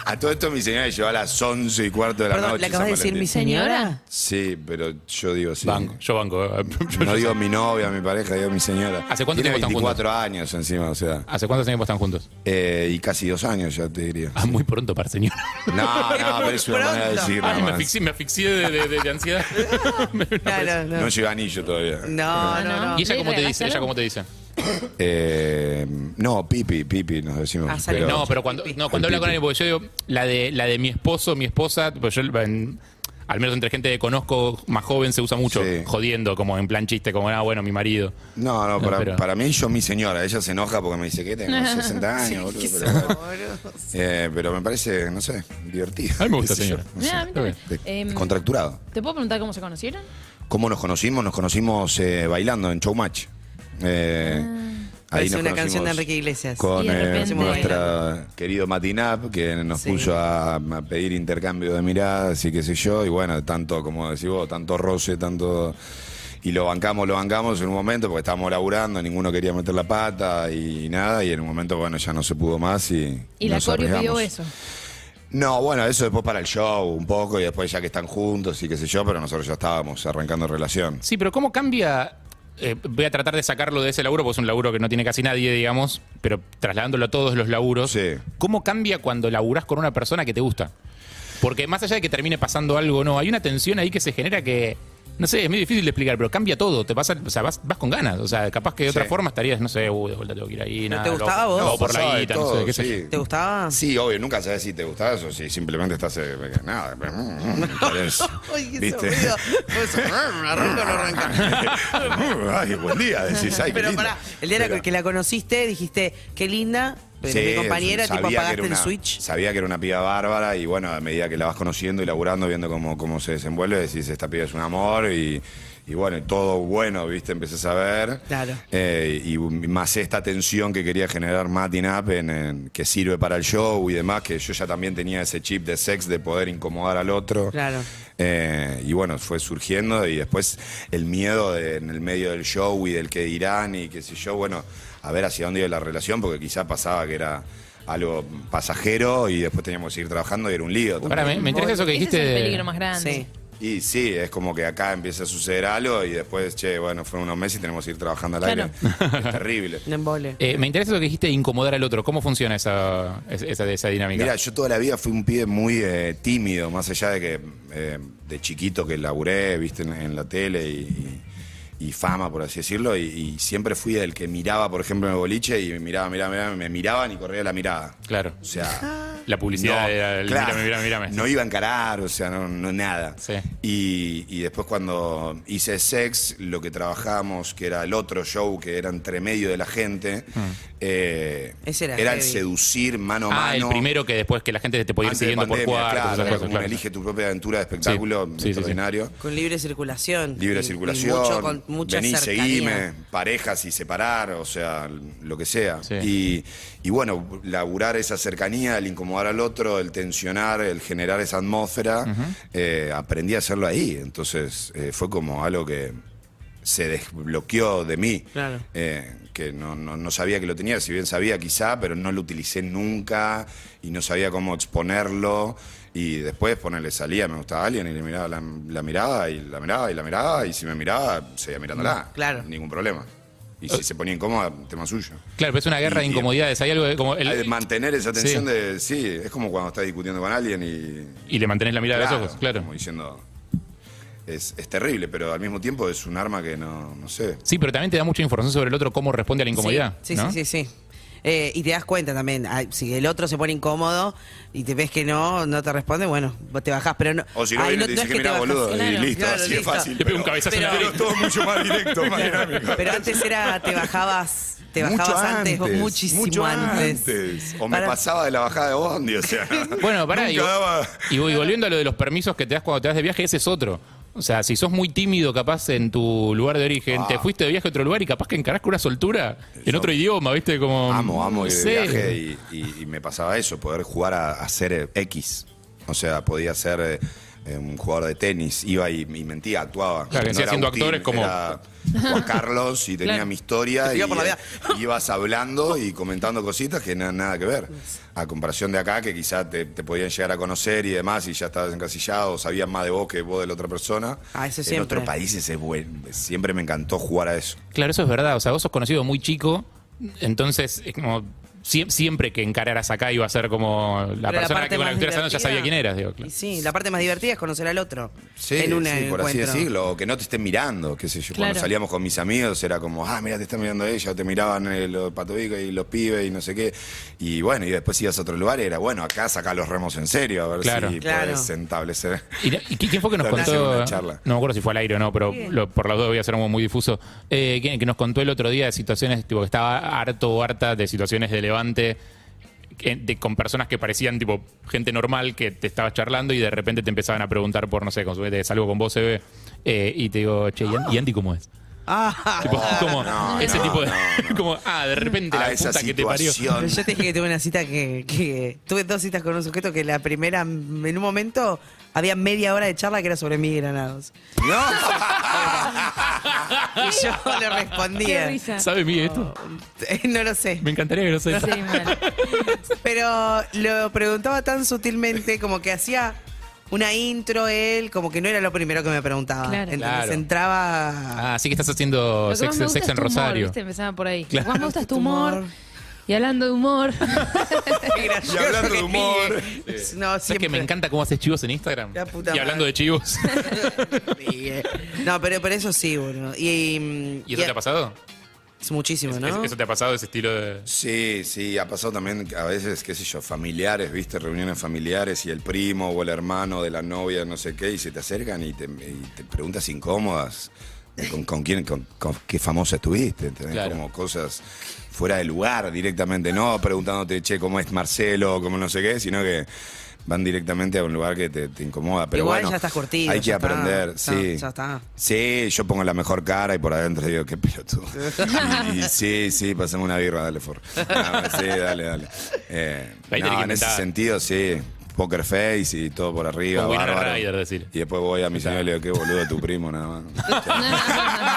Speaker 6: A todo esto mi señora llegó a las 11 y cuarto de la
Speaker 4: Perdón,
Speaker 6: noche.
Speaker 4: le acabas de
Speaker 6: San
Speaker 4: decir mi
Speaker 6: Valentín.
Speaker 4: señora.
Speaker 6: Sí, pero yo digo sí.
Speaker 3: Banco, yo banco. eh. Yo-
Speaker 6: No digo mi novia, mi pareja, digo mi señora.
Speaker 3: ¿Hace cuánto tiempo
Speaker 6: Tiene
Speaker 3: están juntos?
Speaker 6: 24 años encima, o sea.
Speaker 3: ¿Hace cuántos años están juntos?
Speaker 6: Eh, y casi dos años ya te diría.
Speaker 3: Ah, muy pronto para el señor.
Speaker 6: No, no, pero es una
Speaker 4: Pronto.
Speaker 6: manera de decir
Speaker 3: Ay,
Speaker 6: nada
Speaker 3: me
Speaker 6: más.
Speaker 3: asfixié, me asfixié de, de- de- de ansiedad.
Speaker 4: Claro, no.
Speaker 6: No lleva anillo todavía.
Speaker 4: No, no, no.
Speaker 3: ¿Y ella
Speaker 5: ¿Le
Speaker 3: cómo te
Speaker 5: regalaste
Speaker 3: dice? ¿Ella
Speaker 5: algo?
Speaker 3: cómo te dice?
Speaker 6: Eh, no, pipi, pipi nos decimos.
Speaker 4: Ah, salió.
Speaker 3: No, pero cuando, no, cuando habla con alguien, porque yo digo, la de, la de mi esposo, mi esposa, pues yo en- al menos entre gente que conozco más joven, se usa mucho
Speaker 6: Sí.
Speaker 3: jodiendo, como en plan chiste, como, ah, bueno, mi marido.
Speaker 6: No, no, para,
Speaker 3: pero-
Speaker 6: para mí yo, mi señora, ella se enoja porque me dice que tengo 60 años, boludo,
Speaker 4: Qué
Speaker 6: pero, bueno.
Speaker 4: sabroso.
Speaker 6: Eh, pero me parece, no sé, divertido.
Speaker 3: A mí me gusta,
Speaker 6: qué sé yo,
Speaker 3: señora.
Speaker 6: no sé,
Speaker 5: Mira, a mí también.
Speaker 6: de-
Speaker 5: Em,
Speaker 6: contracturado.
Speaker 5: ¿Te puedo preguntar cómo se conocieron?
Speaker 6: ¿Cómo nos conocimos? Nos conocimos eh, bailando en Showmatch. Eh,
Speaker 4: Parece Ah. una canción de Enrique Iglesias.
Speaker 6: Con
Speaker 5: Y de
Speaker 6: eh,
Speaker 5: repente-
Speaker 6: nuestra querido Matinap, que nos
Speaker 4: Sí.
Speaker 6: puso a, a pedir intercambio de miradas y qué sé yo. Y bueno, tanto, como decís vos, tanto roce, tanto. Y lo bancamos, lo bancamos en un momento porque estábamos laburando, ninguno quería meter la pata y nada. Y en un momento, bueno, ya no se pudo más y.
Speaker 5: Y la
Speaker 6: nos
Speaker 5: coreo pidió
Speaker 6: arriesgamos.
Speaker 5: eso.
Speaker 6: No, bueno, eso después para el show un poco y después ya que están juntos y qué sé yo, pero nosotros ya estábamos arrancando relación.
Speaker 3: Sí, pero ¿cómo cambia? Eh, voy a tratar de sacarlo de ese laburo, porque es un laburo que no tiene casi nadie, digamos, pero trasladándolo a todos los laburos.
Speaker 6: Sí.
Speaker 3: ¿Cómo cambia cuando laburás con una persona que te gusta? Porque más allá de que termine pasando algo, no, hay una tensión ahí que se genera que. No sé, es muy difícil de explicar, pero cambia todo. Te pasa, o sea, vas, vas con ganas. O sea, capaz que de otra
Speaker 6: Sí.
Speaker 3: forma estarías, no sé, uy, de vuelta tengo que ir ahí.
Speaker 4: ¿No
Speaker 3: nada,
Speaker 4: te gustaba
Speaker 3: lo-
Speaker 4: vos?
Speaker 3: lo hago por
Speaker 6: Pasaba
Speaker 3: la
Speaker 6: de
Speaker 3: guita,
Speaker 6: todo,
Speaker 3: no sé, qué sé yo.
Speaker 6: sí.
Speaker 4: ¿Te gustaba?
Speaker 6: Sí, obvio, nunca sabes si te gustás o si simplemente estás. eh, nada. querés,
Speaker 4: Ay, qué
Speaker 6: ¿viste?
Speaker 4: sonido. Pues, arranca o no arranca.
Speaker 6: Uh, Ay, buen día, decís. Ay, qué
Speaker 4: Pero
Speaker 6: lindo.
Speaker 4: pará, el día
Speaker 6: Pero-
Speaker 4: que la conociste dijiste, qué linda, pero
Speaker 6: Sí,
Speaker 4: mi compañera, tipo
Speaker 6: sabía que
Speaker 4: apagaste
Speaker 6: era
Speaker 4: el
Speaker 6: una-
Speaker 4: switch.
Speaker 6: Sabía que era una piba bárbara y bueno, a medida que la vas conociendo y laburando, viendo cómo, cómo se desenvuelve, decís, esta piba es un amor y, y bueno, y todo bueno, ¿viste? Empecé a ver.
Speaker 4: Claro.
Speaker 6: Eh, y más esta tensión que quería generar Matin Up en, en- que sirve para el show y demás, que yo ya también tenía ese chip de sex de poder incomodar al otro.
Speaker 4: Claro.
Speaker 6: Eh, y bueno, fue surgiendo y después el miedo de- en el medio del show y del que dirán y qué sé yo, bueno, a ver hacia dónde iba la relación, porque quizá pasaba que era algo pasajero y después teníamos que seguir trabajando y era un lío.
Speaker 3: Pará, me,
Speaker 6: también.
Speaker 3: me interesa eso que dijiste.
Speaker 5: Ese es el
Speaker 3: de-
Speaker 5: peligro más grande.
Speaker 4: Sí.
Speaker 6: Y sí, es como que acá empieza a suceder algo y después, che, bueno, fueron unos meses y tenemos que ir trabajando al
Speaker 5: Claro.
Speaker 6: aire. Es terrible.
Speaker 4: No embole.
Speaker 3: Eh, me interesa eso que dijiste de incomodar al otro. ¿Cómo funciona esa, esa, esa dinámica?
Speaker 6: Mira, yo toda la vida fui un pibe muy eh, tímido, más allá de que eh, de chiquito que laburé, viste, en, en la tele y, y fama, por así decirlo, y, y siempre fui el que miraba, por ejemplo, en el boliche y miraba, miraba, miraba, me miraban y corría la mirada.
Speaker 3: Claro.
Speaker 6: O sea,
Speaker 3: La publicidad
Speaker 6: no,
Speaker 3: era el
Speaker 6: claro,
Speaker 3: mírame, mírame, mírame.
Speaker 6: No iba a encarar, o sea, no, no nada.
Speaker 3: Sí.
Speaker 6: Y, y después cuando hice Sex, lo que trabajábamos, que era el otro show que era entre medio de la gente,
Speaker 3: Mm.
Speaker 6: eh,
Speaker 4: Ese era
Speaker 6: el
Speaker 4: heavy.
Speaker 6: seducir mano a
Speaker 3: ah,
Speaker 6: mano.
Speaker 3: el primero que después que la gente te puede ir
Speaker 6: Antes de
Speaker 3: siguiendo por
Speaker 6: pandemia,
Speaker 3: cuartos.
Speaker 6: claro,
Speaker 3: esas
Speaker 6: era
Speaker 3: cosas,
Speaker 6: como un
Speaker 3: claro.
Speaker 6: elige tu propia aventura de espectáculo
Speaker 3: Sí, sí, sí, sí.
Speaker 6: extraordinario.
Speaker 4: Con libre circulación.
Speaker 6: Libre
Speaker 4: Y- y
Speaker 6: circulación,
Speaker 4: mucho, con mucha
Speaker 6: vení,
Speaker 4: cercanía.
Speaker 6: seguime, parejas y separar, o sea, lo que sea.
Speaker 3: Sí.
Speaker 6: Y, y bueno, laburar esa cercanía, el incomodar al otro, el tensionar, el generar esa atmósfera, eh, aprendí a hacerlo ahí. Entonces eh, fue como algo que se desbloqueó de mí,
Speaker 4: Claro.
Speaker 6: Eh, que no, no- no sabía que lo tenía, si bien sabía quizá, pero no lo utilicé nunca y no sabía cómo exponerlo. Y después ponerle salía, me gustaba a alguien y le miraba la, la mirada y la miraba y la miraba y si me miraba, seguía
Speaker 3: Mm,
Speaker 6: mirándola.
Speaker 4: Claro.
Speaker 6: Ningún problema. Y si se ponía incómoda, tema suyo.
Speaker 3: Claro, pero es una guerra de
Speaker 6: Y- y-
Speaker 3: incomodidades. Hay algo de como. el-
Speaker 6: Hay de mantener esa tensión
Speaker 3: Sí.
Speaker 6: de, sí, es como cuando estás discutiendo con alguien y,
Speaker 3: y le mantenés la mirada a los ojos, claro.
Speaker 6: Como diciendo, es, es terrible, pero al mismo tiempo es un arma que no, no sé.
Speaker 3: Sí, pero también te da mucha información sobre el otro, cómo responde a la incomodidad.
Speaker 4: Sí,
Speaker 3: ¿no?
Speaker 4: sí, sí, sí. Eh, y te das cuenta también, ay, si el otro se pone incómodo y te ves que no, no te responde, bueno, vos te bajás, pero no.
Speaker 6: O si no,
Speaker 4: ay,
Speaker 6: viene y te dice
Speaker 4: es
Speaker 6: que
Speaker 4: te
Speaker 6: mira,
Speaker 4: bajás".
Speaker 6: boludo, y
Speaker 5: Claro,
Speaker 6: listo,
Speaker 4: claro,
Speaker 6: así
Speaker 4: listo.
Speaker 6: es fácil.
Speaker 3: Le pego un cabezazo en la
Speaker 6: pero
Speaker 3: cabeza.
Speaker 6: todo mucho más directo, más dinámico.
Speaker 4: Pero antes era, te bajabas, te
Speaker 6: Mucho
Speaker 4: bajabas antes, vos muchísimo
Speaker 6: mucho
Speaker 4: antes.
Speaker 6: O me
Speaker 4: Para-
Speaker 6: pasaba de la bajada de Bondi, o sea.
Speaker 3: Bueno, pará,
Speaker 6: nunca
Speaker 3: y,
Speaker 6: daba-
Speaker 3: y voy volviendo a lo de los permisos que te das cuando te das de viaje, ese es otro. O sea, si sos muy tímido capaz en tu lugar de origen,
Speaker 6: Ah.
Speaker 3: te fuiste de viaje a otro lugar y capaz que encarás con una soltura en otro idioma, ¿viste? Como,
Speaker 6: Amo, amo
Speaker 3: no
Speaker 6: ir
Speaker 3: sé.
Speaker 6: de viaje y, y- y me pasaba eso, poder jugar a, a ser eh, X. O sea, podía ser eh, eh, un jugador de tenis, iba y, y mentía, actuaba.
Speaker 3: Claro, que siga
Speaker 6: era
Speaker 3: siendo
Speaker 6: Agustín,
Speaker 3: actores como-
Speaker 6: era Juan Carlos y tenía
Speaker 5: Claro.
Speaker 6: mi historia
Speaker 4: Te
Speaker 6: y,
Speaker 4: iba por la vida.
Speaker 6: y ibas hablando y comentando cositas que na- nada que ver. A comparación de acá, que quizás te, te podían llegar a conocer y demás, y ya estabas encasillado, sabías más de vos que vos de la otra persona.
Speaker 4: Ah, eso
Speaker 6: En
Speaker 4: siempre.
Speaker 6: otros países es bueno. Siempre me encantó jugar a eso.
Speaker 3: Claro, eso es verdad. O sea, vos sos conocido muy chico, entonces es como sie- siempre que encararas acá iba a ser como la
Speaker 4: Pero
Speaker 3: persona
Speaker 4: parte
Speaker 3: que con la
Speaker 4: más
Speaker 3: que estuvieras hablando ya
Speaker 4: divertida-
Speaker 3: sabía quién eras. Digo, claro.
Speaker 4: Y sí, la parte más divertida es conocer al otro.
Speaker 6: Sí,
Speaker 4: en un
Speaker 6: sí, por así
Speaker 4: encuentro.
Speaker 6: decirlo, o que no te estén mirando, qué sé yo.
Speaker 5: Claro.
Speaker 6: Cuando salíamos con mis amigos era como, ah, mira, te está mirando ella, o te miraban eh, los patobicos y los pibes y no sé qué. Y bueno, y después ibas a otro lugar y era, bueno, acá sacá los remos en serio, a ver
Speaker 3: Claro.
Speaker 6: si
Speaker 4: Claro.
Speaker 6: podés establecer.
Speaker 3: ¿Y, y quién fue que nos
Speaker 6: Claro,
Speaker 3: contó?
Speaker 6: una charla.
Speaker 3: No me acuerdo si fue al aire o no, pero lo- por las dos voy a ser como muy difuso. Eh, ¿Quién que nos contó el otro día de situaciones, tipo, que estaba harto o harta de situaciones de levante que- de- con personas que parecían, tipo, gente normal que te estabas charlando y de repente te empezaban a preguntar por, no sé, consumete, salgo con vos, se ve. y te digo, che, ¿y, An- y Andy cómo es?
Speaker 4: Ah,
Speaker 3: Tipo, como
Speaker 6: no,
Speaker 3: ese
Speaker 6: no,
Speaker 3: tipo de.
Speaker 6: no, no.
Speaker 3: como, ah, de repente
Speaker 6: a
Speaker 3: la
Speaker 6: esa
Speaker 3: puta que te parió.
Speaker 4: pero
Speaker 6: situación.
Speaker 4: yo te dije que tuve una cita que, que- Tuve dos citas con un sujeto que la primera, mm, en un momento, había media hora de charla que era sobre mí y granados. Y yo le
Speaker 5: Qué
Speaker 4: respondía. Eh,
Speaker 5: risa.
Speaker 3: ¿Sabe mí esto?
Speaker 4: no lo sé.
Speaker 3: Me encantaría que lo sepa.
Speaker 5: Sí, mal.
Speaker 4: Pero lo preguntaba tan sutilmente, como que hacía una intro él, como que no era lo primero que me preguntaba.
Speaker 5: Claro.
Speaker 4: Entonces
Speaker 3: Claro.
Speaker 4: entraba.
Speaker 3: Ah, así que estás haciendo
Speaker 5: Lo que más
Speaker 3: sex,
Speaker 5: me gusta
Speaker 3: Sex
Speaker 5: es
Speaker 3: en
Speaker 5: tu humor,
Speaker 3: Rosario.
Speaker 5: ¿viste? Empezaba por ahí.
Speaker 3: Claro.
Speaker 5: Lo que más me gusta es tu
Speaker 4: Tu humor.
Speaker 5: humor. Y hablando de humor.
Speaker 4: Qué gracioso
Speaker 6: Y hablando
Speaker 4: que
Speaker 6: de humor.
Speaker 4: sigue. No,
Speaker 3: ¿Sabes
Speaker 4: siempre.
Speaker 3: que me encanta cómo haces chivos en Instagram?
Speaker 4: La puta
Speaker 3: y hablando
Speaker 4: madre.
Speaker 3: de chivos.
Speaker 4: Sigue. eh, no, pero, pero eso sí, bueno. Y,
Speaker 3: ¿Y eso te ha pasado?
Speaker 4: Es muchísimo,
Speaker 3: ¿Es-
Speaker 4: ¿no?
Speaker 3: ¿Eso te ha pasado ese estilo de.?
Speaker 6: Sí, sí, ha pasado también a veces, qué sé yo, familiares, viste, reuniones familiares y el primo o el hermano de la novia, no sé qué, y se te acercan y te, y te preguntas incómodas de con, con quién, con, con qué famosa estuviste, ¿entendés?
Speaker 3: Claro.
Speaker 6: Como cosas fuera de lugar directamente, no preguntándote, che, cómo es Marcelo, cómo no sé qué, sino que van directamente a un lugar que te, te incomoda. Pero
Speaker 4: Igual
Speaker 6: bueno,
Speaker 4: ya estás curtido.
Speaker 6: hay que
Speaker 4: ya está.
Speaker 6: aprender,
Speaker 4: Ya-
Speaker 6: sí.
Speaker 4: Ya está.
Speaker 6: Sí, yo pongo la mejor cara y por adentro digo, qué pelotudo. Y, y sí, sí, pasame una birra, dale, for. No, sí, dale, dale. Eh,
Speaker 3: Ahí tenés que
Speaker 6: no, en ese
Speaker 3: inventar.
Speaker 6: sentido, sí. Poker face y todo por arriba.
Speaker 3: Como Winona
Speaker 6: bárbaro.
Speaker 3: Ryder, decir.
Speaker 6: Y después voy a mi señor y le digo, qué boludo tu primo, nada más.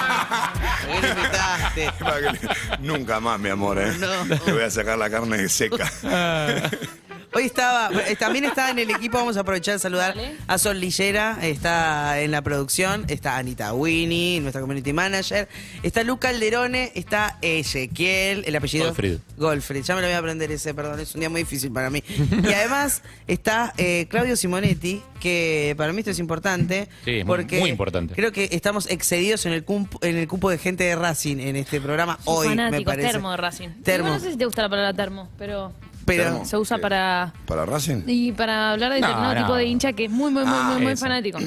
Speaker 4: ¿Por qué lo invitaste?
Speaker 6: Para que le- Nunca más, mi amor, ¿eh?
Speaker 4: No.
Speaker 6: Le voy a sacar la carne seca.
Speaker 4: Hoy estaba, eh, también estaba en el equipo, vamos a aprovechar de saludar
Speaker 5: Dale.
Speaker 4: a Sol Lillera, está en la producción, está Anita Winnie, nuestra community manager, está Luca Alderone, está Ezequiel, el apellido.
Speaker 3: Goldfried.
Speaker 4: Goldfried, ya me lo voy a aprender ese, perdón, es un día muy difícil para mí. Y además está eh, Claudio Simonetti, que para mí esto es importante.
Speaker 3: Sí, es muy-
Speaker 4: porque
Speaker 3: muy importante.
Speaker 4: Creo que estamos excedidos en el, cump- en el cupo de gente de Racing en este programa
Speaker 5: Sos
Speaker 4: hoy, me
Speaker 5: fanático,
Speaker 4: parece.
Speaker 5: termo de Racing.
Speaker 4: Termo.
Speaker 5: Igual No sé si te gusta la palabra termo, pero
Speaker 4: Pero
Speaker 6: Termo.
Speaker 5: se usa
Speaker 6: ¿Qué?
Speaker 5: para.
Speaker 6: ¿Para Racing?
Speaker 5: Y para hablar de
Speaker 3: No,
Speaker 5: determinado
Speaker 3: no.
Speaker 5: tipo de hincha que es muy, muy, muy,
Speaker 6: Ah,
Speaker 5: muy, muy
Speaker 3: eso.
Speaker 5: fanático.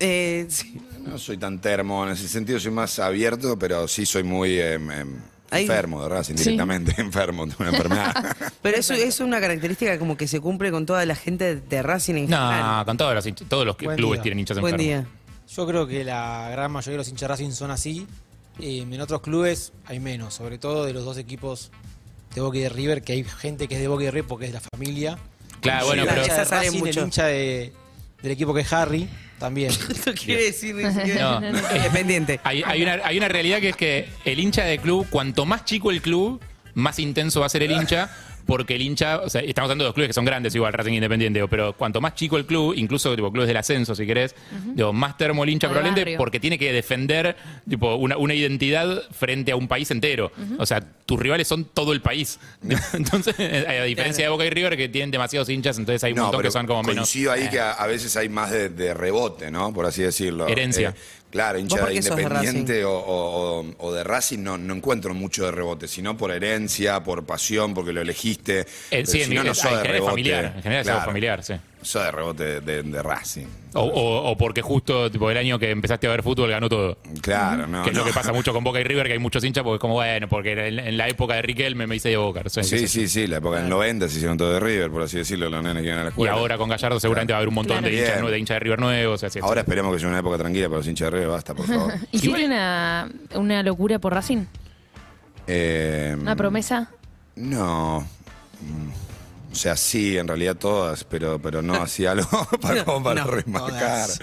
Speaker 4: eh, sí.
Speaker 6: No soy tan termo, en ese sentido soy más abierto, pero sí soy muy em, em,
Speaker 4: Ahí-
Speaker 6: enfermo de Racing, directamente enfermo de una enfermedad.
Speaker 4: Pero eso es una característica como que se cumple con toda la gente de Racing en general.
Speaker 3: No, con todos los, hinch- todos los que-
Speaker 1: Buen
Speaker 3: clubes
Speaker 1: día.
Speaker 3: tienen hinchas
Speaker 4: Buen
Speaker 3: enfermos.
Speaker 4: día.
Speaker 1: Yo creo que la gran mayoría de los hinchas de Racing son así. Eh, en otros clubes hay menos, sobre todo de los dos equipos de Boca y de River, que hay gente que es de Boca y de River porque es de la familia.
Speaker 3: Claro, bueno,
Speaker 4: Sí,
Speaker 1: el
Speaker 3: pero.
Speaker 4: claro.
Speaker 1: hincha de
Speaker 4: Esa sale
Speaker 1: Racing,
Speaker 4: mucho.
Speaker 1: el hincha de- del equipo que es Harry, también.
Speaker 4: Esto quiere decir ni
Speaker 3: No. Eh,
Speaker 4: siquiera- Independiente.
Speaker 3: Hay, hay una, hay una realidad que es que el hincha de club, cuanto más chico el club, más intenso va a ser el hincha. Porque el hincha, o sea, estamos hablando de dos clubes que son grandes igual, Racing Independiente, digo, pero cuanto más chico el club, incluso tipo, clubes del ascenso, si querés, digo, más termo el hincha
Speaker 5: O de
Speaker 3: probablemente
Speaker 5: barrio.
Speaker 3: porque tiene que defender tipo, una, una identidad frente a un país entero. O sea, tus rivales son todo el país. Entonces, eh, a diferencia de Boca y River, que tienen demasiados hinchas, entonces hay un montón que
Speaker 6: pero
Speaker 3: son como menos. eh,
Speaker 6: coincido ahí que a, a veces hay más de, de rebote, ¿no? Por así decirlo. Eh,
Speaker 3: Herencia.
Speaker 6: claro, hincha
Speaker 4: ¿Vos por
Speaker 6: de
Speaker 4: qué sos de
Speaker 6: Independiente o, o- o- o de Racing no, no encuentro mucho de rebote, sino por herencia, por pasión, porque lo elegiste.
Speaker 3: Eh,
Speaker 6: Pero
Speaker 3: sí, en,
Speaker 6: si no, no
Speaker 3: en-
Speaker 6: soy
Speaker 3: en
Speaker 6: de
Speaker 3: general es
Speaker 6: rebote.
Speaker 3: familiar. En general es algo
Speaker 6: Claro,
Speaker 3: familiar, sí.
Speaker 6: Soy de rebote de, de- de Racing.
Speaker 3: O, o- o porque justo tipo, el año que empezaste a ver fútbol ganó todo.
Speaker 6: Claro, no.
Speaker 3: que es
Speaker 6: no.
Speaker 3: lo que pasa mucho con Boca y River, que hay muchos hinchas, porque es como, bueno, porque en, en la época de Riquelme me hice de Boca. no sé, qué sé
Speaker 6: Sí,
Speaker 3: yo.
Speaker 6: sí, sí, la época del 90 se hicieron todo de River, por así decirlo, los nenes que iban a la
Speaker 3: Y
Speaker 6: escuela.
Speaker 3: ahora con Gallardo seguramente va a haber un montón de,
Speaker 6: Claro.
Speaker 3: hinchas,
Speaker 6: Bien.
Speaker 3: nue- de hinchas de River nuevos. así, así.
Speaker 6: Ahora esperemos que sea una época tranquila para los hinchas de River, basta, por favor.
Speaker 5: ¿Hiciste una, una locura por Racing?
Speaker 6: Eh,
Speaker 5: ¿Una
Speaker 3: Mm.
Speaker 5: promesa?
Speaker 6: No. Mm. O sea, sí, en realidad todas, pero, pero no hacía algo para, como para
Speaker 4: No,
Speaker 6: remarcar.
Speaker 4: todas.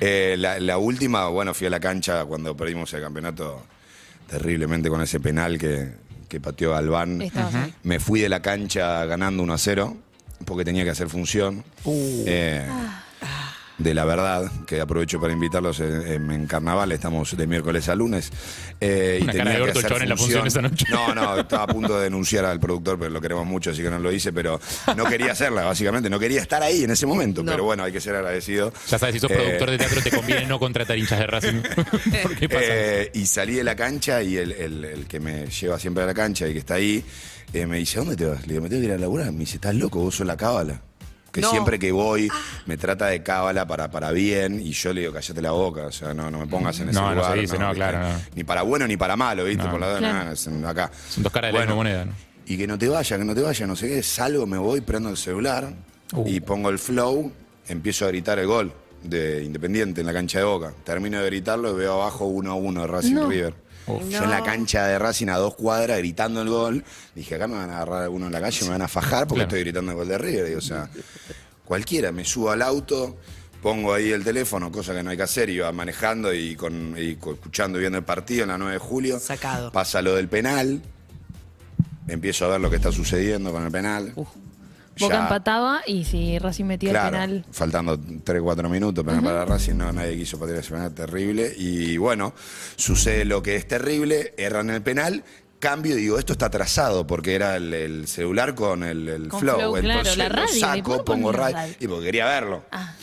Speaker 6: Eh, la, la última, bueno, fui a la cancha cuando perdimos el campeonato terriblemente con ese penal que, que pateó Albán.
Speaker 5: Estabas ahí.
Speaker 6: Me fui de la
Speaker 3: Uh.
Speaker 6: cancha ganando 1 a 0 porque tenía que hacer función. Eh, de la verdad, que aprovecho para invitarlos en, en- en carnaval, estamos de miércoles a lunes. eh,
Speaker 3: Una cara de orto el chabón en la función esa noche.
Speaker 6: No, no, estaba a punto de denunciar al productor, pero lo queremos mucho, así que no lo hice, pero no quería hacerla, básicamente, no quería estar ahí en ese momento,
Speaker 4: No.
Speaker 6: pero bueno, hay que ser agradecido.
Speaker 3: Ya sabes, si sos
Speaker 6: Eh,
Speaker 3: productor de teatro te conviene no contratar hinchas de Racing. Porque pasa?
Speaker 6: Eh, y salí de la cancha y el, el- el que me lleva siempre a la cancha y que está ahí, eh, me dice, ¿a dónde te vas? Le digo, me tengo que ir a laburar. Me dice, ¿estás loco? Vos sos la cábala. Que
Speaker 4: No. Ah.
Speaker 6: siempre que voy me trata de cábala para, para bien y yo le digo, cállate la boca, o sea, no, no me pongas en ese
Speaker 3: No, no se
Speaker 6: lugar.
Speaker 3: dice, no,
Speaker 6: ¿viste?
Speaker 3: claro, no.
Speaker 6: Ni para bueno ni para malo, ¿viste?
Speaker 3: No.
Speaker 6: Por la duda,
Speaker 5: Claro.
Speaker 6: no, es un- acá.
Speaker 3: Son dos caras de la misma moneda, ¿no?
Speaker 6: Y que no te vaya, que no te vaya, no sé qué, salgo, me voy, prendo el celular
Speaker 3: Uh.
Speaker 6: y pongo el flow, empiezo a gritar el gol de Independiente en la cancha de Boca. Termino de gritarlo y veo abajo 1 a 1 de Racing
Speaker 5: No.
Speaker 6: River. Yo en la cancha de Racing a dos cuadras gritando el gol, dije, acá me van a agarrar alguno en la calle, me van a fajar porque
Speaker 3: Claro.
Speaker 6: estoy gritando el gol de River. Y, o sea, cualquiera, me subo al auto, pongo ahí el teléfono, cosa que no hay que hacer, iba manejando y, con, y co- escuchando y viendo el partido en la 9 de julio.
Speaker 4: Sacado.
Speaker 6: Pasa lo del penal, empiezo a ver lo que está sucediendo con el penal.
Speaker 5: Boca
Speaker 6: Ya-
Speaker 5: empataba y si Racing metía
Speaker 6: Claro,
Speaker 5: el penal.
Speaker 6: faltando 3, 4 minutos penal para Racing, no, nadie quiso patear ese penal, terrible. Y bueno, sucede lo que es terrible, erran el penal, cambio, y digo, esto está atrasado porque era el, el celular con el, el
Speaker 5: Con
Speaker 6: flow.
Speaker 5: flow, claro,
Speaker 6: Entonces
Speaker 5: la radio,
Speaker 6: lo
Speaker 5: ¿y por
Speaker 6: saco,
Speaker 5: qué
Speaker 6: pongo
Speaker 5: ponías
Speaker 6: radio,
Speaker 5: radio?
Speaker 6: y porque quería verlo.
Speaker 5: Ah.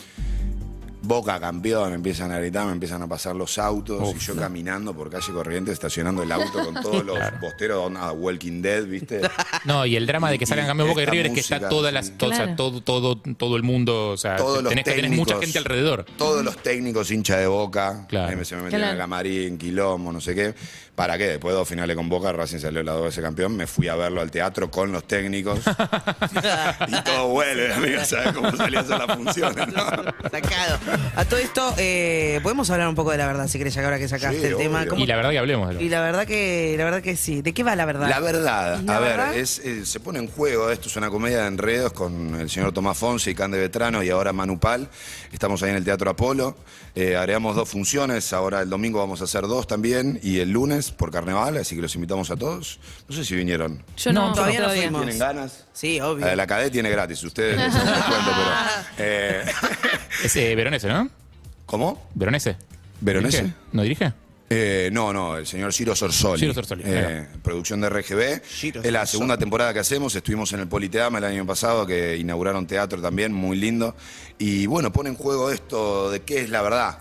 Speaker 6: Boca campeón, empiezan a gritar, me empiezan a pasar los autos
Speaker 3: Uf,
Speaker 6: y yo caminando por calle corriente, estacionando el auto con todos los posteros a Walking Dead, ¿viste?
Speaker 3: No, y el drama de que salgan cambios Boca y
Speaker 6: Esta
Speaker 3: River es que está
Speaker 6: música,
Speaker 3: todas las,
Speaker 6: sí.
Speaker 3: to- o sea,
Speaker 5: Claro.
Speaker 3: todo, todo, todo el mundo, o sea,
Speaker 6: todos los
Speaker 3: tenés, que- tenés
Speaker 6: técnicos.
Speaker 3: mucha gente alrededor.
Speaker 6: Todos los técnicos hincha de Boca.
Speaker 3: Claro.
Speaker 6: Ahí me- se me metieron
Speaker 5: Claro.
Speaker 6: en el camarín, quilombo, no sé qué. ¿Para qué? Después de dos finales con Boca, Racing salió la dos veces campeón. Me fui a verlo al teatro con los técnicos. y todo vuelve, amigo. ¿Sabes cómo salió eso la función? no?
Speaker 4: Sacado. A todo esto, eh, podemos hablar un poco de la verdad, si querés, ahora que sacaste
Speaker 6: Sí,
Speaker 4: el tema.
Speaker 6: obvio.
Speaker 4: ¿Cómo-
Speaker 3: Y la verdad que hablemos de
Speaker 4: y la verdad que, la verdad que sí. ¿De qué va la verdad?
Speaker 6: La verdad,
Speaker 4: La
Speaker 6: a ver,
Speaker 4: verdad.
Speaker 6: es, eh, se pone en juego, esto es una comedia de enredos con el señor Tomás Fonse y Cande Vetrano y ahora Manupal. Estamos ahí en el Teatro Apolo. Eh, agregamos dos funciones, ahora el domingo vamos a hacer dos también y el lunes por carnaval, así que los invitamos a todos. No sé si vinieron.
Speaker 5: Yo no,
Speaker 4: No, todavía no
Speaker 5: todavía.
Speaker 4: fuimos.
Speaker 6: ¿Tienen ganas?
Speaker 4: Sí, obvio.
Speaker 6: La de la CADE tiene gratis, ustedes les hago un descuento, pero. eh,
Speaker 3: Es eh, Veronese, ¿no?
Speaker 6: ¿Cómo?
Speaker 3: Veronese.
Speaker 6: ¿Veronese?
Speaker 3: ¿Dirige? ¿No dirige?
Speaker 6: Eh, no, no, el señor Ciro Sorsoli.
Speaker 3: Ciro Sorsoli,
Speaker 6: Eh, producción de RGB.
Speaker 4: Ciro
Speaker 6: es la
Speaker 4: Sorsoli.
Speaker 6: segunda temporada que hacemos. Estuvimos en el Politeama el año pasado, que inauguraron teatro también, muy lindo. Y bueno, pone en juego esto de qué es la verdad.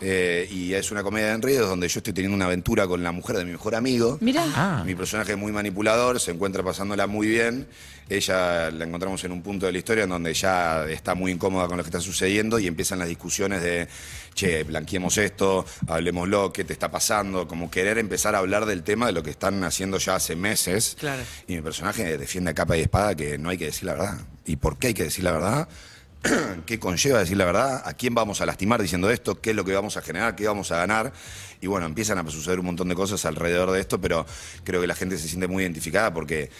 Speaker 6: Eh, y es una comedia de enredos donde yo estoy teniendo una aventura con la mujer de mi mejor amigo.
Speaker 5: Mirá.
Speaker 3: Ah.
Speaker 6: Mi personaje es muy manipulador, se encuentra pasándola muy bien. Ella la encontramos en un punto de la historia en donde ya está muy incómoda con lo que está sucediendo y empiezan las discusiones de, che, blanqueemos esto, hablemoslo, qué te está pasando, como querer empezar a hablar del tema de lo que están haciendo ya hace meses.
Speaker 4: Claro.
Speaker 6: Y mi personaje defiende a capa y espada que no hay que decir la verdad. ¿Y por qué hay que decir la verdad? qué conlleva decir la verdad, a quién vamos a lastimar diciendo esto, qué es lo que vamos a generar, qué vamos a ganar. Y bueno, empiezan a suceder un montón de cosas alrededor de esto, pero creo que la gente se siente muy identificada porque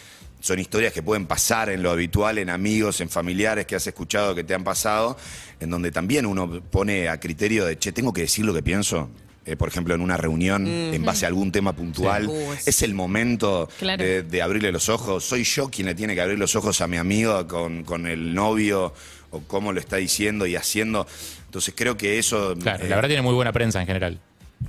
Speaker 6: son historias que pueden pasar en lo habitual, en amigos, en familiares que has escuchado, que te han pasado, en donde también uno pone a criterio de, che, tengo que decir lo que pienso. Eh, por ejemplo, en una reunión, en base a algún tema puntual,
Speaker 4: Sí. Uh, es-
Speaker 6: es el momento
Speaker 5: Claro.
Speaker 6: de, de abrirle los ojos. Soy yo quien le tiene que abrir los ojos a mi amigo con, con el novio o cómo lo está diciendo y haciendo. Entonces creo que eso.
Speaker 3: Claro,
Speaker 6: eh,
Speaker 3: la verdad tiene muy buena prensa en general.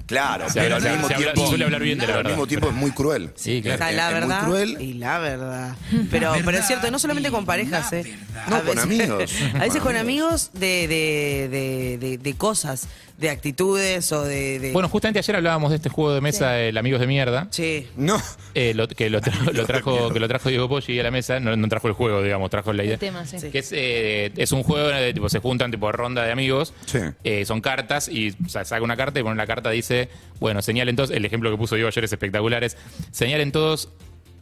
Speaker 6: claro,
Speaker 3: se habla-
Speaker 6: pero al
Speaker 3: se
Speaker 6: mismo
Speaker 3: habla-
Speaker 6: tiempo.
Speaker 3: suele hablar bien de la
Speaker 6: pero al
Speaker 3: verdad.
Speaker 6: mismo tiempo es muy cruel.
Speaker 3: Sí,
Speaker 4: O sea,
Speaker 3: claro.
Speaker 4: la
Speaker 6: Es muy
Speaker 4: verdad
Speaker 6: cruel.
Speaker 4: y la verdad. Pero, pero es cierto, no solamente con parejas, ¿eh?
Speaker 6: No,
Speaker 4: A
Speaker 6: con amigos.
Speaker 4: A veces
Speaker 6: Con
Speaker 4: con amigos de, de, de, de- de cosas, de actitudes o de... de-
Speaker 3: Bueno, justamente ayer hablábamos de este juego de mesa, el Amigos de Mierda.
Speaker 4: Sí.
Speaker 6: No.
Speaker 3: eh, lo- que, lo tra- lo trajo, que lo trajo Diego Poggi a la mesa, no, no trajo el juego, digamos, trajo la idea.
Speaker 5: El tema, sí.
Speaker 3: Que es, eh, es un juego de tipo, se juntan tipo ronda de amigos,
Speaker 6: Sí.
Speaker 3: eh, son cartas y o sea, saca una carta y pone la carta, dice, bueno, señalen todos, el ejemplo que puso Diego ayer es espectacular, es señalen todos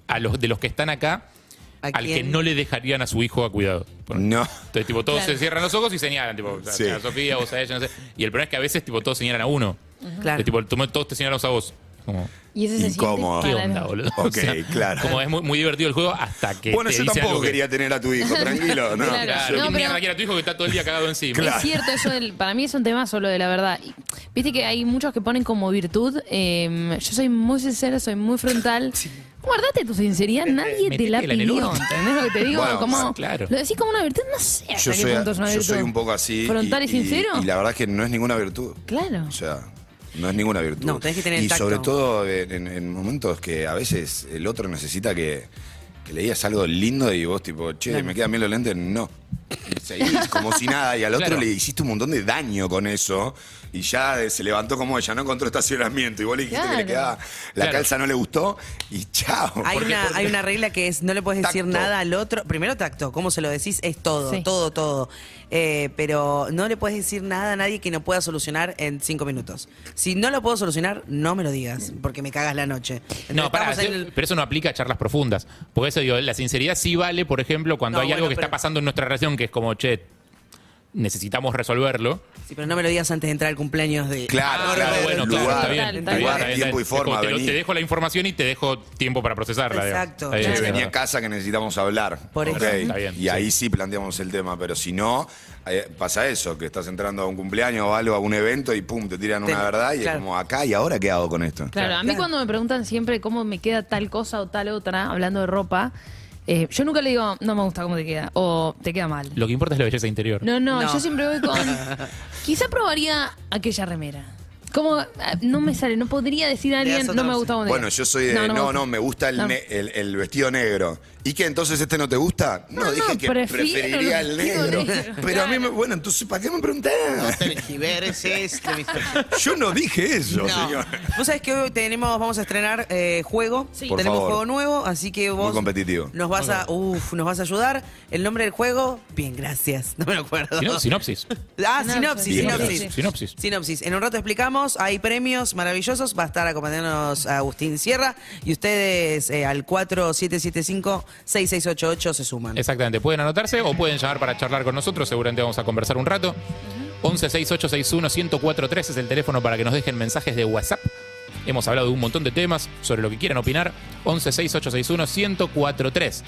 Speaker 3: a los de los que están acá,
Speaker 4: ¿A
Speaker 3: al que
Speaker 4: quién?
Speaker 3: no le dejarían a su hijo a cuidado. Pone.
Speaker 6: No.
Speaker 3: Entonces, tipo, todos
Speaker 5: Claro.
Speaker 3: se cierran los ojos y señalan, tipo, o sea,
Speaker 6: Sí.
Speaker 3: a Sofía, vos a ella, no sé. Y el problema es que a veces, tipo, todos señalan a uno.
Speaker 4: Claro.
Speaker 3: Entonces, tipo, tomo- todos te señalamos a vos. Como,
Speaker 5: Y ese se siente
Speaker 6: Incómodo.
Speaker 5: para
Speaker 3: ¿Qué
Speaker 5: la-
Speaker 3: onda, boludo?
Speaker 6: Ok, claro.
Speaker 3: Como es muy, muy divertido el juego hasta que.
Speaker 6: Bueno,
Speaker 3: te
Speaker 6: yo
Speaker 3: dice
Speaker 6: tampoco
Speaker 3: algo que-
Speaker 6: quería tener a tu hijo, tranquilo. No.
Speaker 5: Claro.
Speaker 3: Claro,
Speaker 5: No,
Speaker 3: ¿quién
Speaker 5: pero-
Speaker 3: mierda quiere a tu hijo que está todo el día cagado encima?
Speaker 6: Claro.
Speaker 5: Es cierto, eso del- para mí es un tema solo de la verdad. Y, em, Viste que hay muchos que ponen como virtud. eh, yo soy muy sincera, soy muy frontal. Guardate tu
Speaker 6: Eh,
Speaker 5: sinceridad, nadie te la
Speaker 3: Metétela en el
Speaker 5: pidió.
Speaker 3: orto.
Speaker 5: ¿Entendés lo que te digo?
Speaker 6: Bueno,
Speaker 5: como,
Speaker 3: claro.
Speaker 5: Lo decís como una virtud, no sé hasta
Speaker 6: Yo
Speaker 5: qué
Speaker 6: soy,
Speaker 5: punto es una
Speaker 6: yo
Speaker 5: virtud.
Speaker 6: soy un poco así.
Speaker 5: ¿Frontal y, sincero?
Speaker 6: Y la verdad es que no es ninguna virtud.
Speaker 5: Claro.
Speaker 6: O sea, no es ninguna virtud.
Speaker 4: No, tenés que tener
Speaker 6: Y
Speaker 4: tacto.
Speaker 6: sobre todo en, en- en momentos que a veces el otro necesita que, que le digas algo lindo y vos tipo, che, me quedan bien los lentes, no. Y Seguís como si nada y al otro
Speaker 3: Claro.
Speaker 6: le hiciste un montón de daño con eso y ya eh, se levantó como ella, no encontró estacionamiento y vos le dijiste que le
Speaker 5: Claro.
Speaker 6: quedaba la
Speaker 3: Claro.
Speaker 6: calza no le gustó y chao.
Speaker 4: Hay
Speaker 6: Porque-
Speaker 4: una, hay una regla que es no le puedes decir
Speaker 6: Tacto.
Speaker 4: nada al otro. Primero tacto, ¿cómo se lo decís? Es todo,
Speaker 5: Sí.
Speaker 4: todo, todo. Eh, pero no le puedes decir nada a nadie que no pueda solucionar en cinco minutos. Si no lo puedo solucionar, no me lo digas, porque me cagas la noche.
Speaker 3: No,
Speaker 4: Entonces,
Speaker 3: pará,
Speaker 4: estamos en
Speaker 3: eso-
Speaker 4: el-
Speaker 3: pero eso no aplica a charlas profundas. Porque eso digo, la sinceridad sí vale, por ejemplo, cuando
Speaker 4: No,
Speaker 3: hay algo
Speaker 4: bueno,
Speaker 3: que
Speaker 4: pero-
Speaker 3: está pasando en nuestra relación que es como, che, necesitamos resolverlo.
Speaker 4: Sí, pero no me lo digas antes de entrar al cumpleaños de.
Speaker 6: Claro,
Speaker 3: Ah,
Speaker 6: claro,
Speaker 3: pero bueno, claro,
Speaker 6: lugar,
Speaker 3: está bien,
Speaker 5: Tal,
Speaker 3: está
Speaker 5: tal.
Speaker 3: bien,
Speaker 6: lugar,
Speaker 3: está bien,
Speaker 6: tiempo y
Speaker 3: está bien.
Speaker 6: forma,
Speaker 3: Es como te, lo-
Speaker 6: vení.
Speaker 3: te dejo la información y te dejo tiempo para procesarla. digamos.
Speaker 4: Exacto.
Speaker 3: Está bien,
Speaker 4: Che,
Speaker 6: Che,
Speaker 3: es
Speaker 6: venía a
Speaker 3: verdad.
Speaker 6: casa que necesitamos hablar.
Speaker 4: Por eso.
Speaker 6: Ok,
Speaker 3: Está bien,
Speaker 6: y
Speaker 3: sí.
Speaker 6: ahí sí planteamos el tema, pero si no, eh, pasa eso, que estás entrando a un cumpleaños o algo, a un evento y pum, te tiran una
Speaker 4: Te-
Speaker 6: verdad y
Speaker 4: claro.
Speaker 6: es como acá y ahora qué hago con esto.
Speaker 5: Claro, a mí
Speaker 4: Claro.
Speaker 5: cuando me preguntan siempre cómo me queda tal cosa o tal otra, hablando de ropa, eh, yo nunca le digo, no me gusta cómo te queda, o te queda mal.
Speaker 3: Lo que importa es la belleza interior.
Speaker 5: No, no,
Speaker 4: No.
Speaker 5: yo siempre voy con. Quizá probaría aquella remera. Como, ah, no me sale, no podría decir a
Speaker 4: das
Speaker 5: alguien,
Speaker 4: otra
Speaker 5: no me
Speaker 4: opción.
Speaker 5: gusta cómo te
Speaker 6: Bueno,
Speaker 5: queda".
Speaker 6: yo soy de no, no, me gusta el,
Speaker 5: No.
Speaker 6: ne- el- el vestido negro. ¿Y qué? ¿Entonces este no te gusta? No,
Speaker 5: No,
Speaker 6: dije
Speaker 5: no,
Speaker 6: que
Speaker 5: prefiero
Speaker 6: preferiría
Speaker 5: el
Speaker 6: el
Speaker 5: vestido
Speaker 6: negro.
Speaker 5: negro,
Speaker 6: Pero a mí me. Bueno, entonces, ¿para qué me preguntás?
Speaker 7: Tergiverses, te viste-
Speaker 6: Yo no dije eso, señor.
Speaker 4: Vos sabés que hoy tenemos, vamos a estrenar eh, juego.
Speaker 6: Por
Speaker 4: tenemos
Speaker 6: favor.
Speaker 4: juego nuevo, así que vos.
Speaker 6: Muy competitivo.
Speaker 4: Nos vas a. Uf, nos vas a ayudar. El nombre del juego. Bien, gracias. No me lo acuerdo.
Speaker 3: Sino- sinopsis.
Speaker 4: Ah, sinopsis,
Speaker 5: Sinopsis,
Speaker 4: sinopsis.
Speaker 3: sinopsis. Sinopsis.
Speaker 4: Sinopsis. En un rato explicamos, hay premios maravillosos, va a estar acompañándonos Agustín Sierra y ustedes eh, al 4775-6688 se suman.
Speaker 3: Exactamente, pueden anotarse o pueden llamar para charlar con nosotros, seguramente vamos a conversar un rato. 116861-1043 es el teléfono para que nos dejen mensajes de WhatsApp. Hemos hablado de un montón de temas, sobre lo que quieran opinar. 116861-1043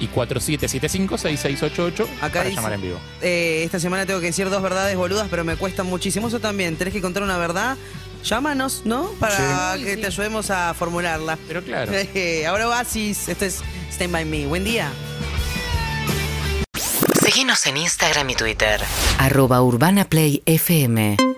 Speaker 3: y 4775-6688
Speaker 4: Acá
Speaker 3: para
Speaker 4: dice,
Speaker 3: llamar en vivo.
Speaker 4: eh, esta semana tengo que decir dos verdades boludas, pero me cuestan muchísimo. Eso también, tenés que contar una verdad. Llámanos, ¿no? Para
Speaker 5: Sí.
Speaker 4: que
Speaker 5: Sí.
Speaker 4: te ayudemos a formularla.
Speaker 3: Pero claro.
Speaker 4: Eh, ahora Oasis, esto es Stand By Me. Buen día.
Speaker 8: Seguinos en Instagram y Twitter.
Speaker 9: arroba urbanaplayfm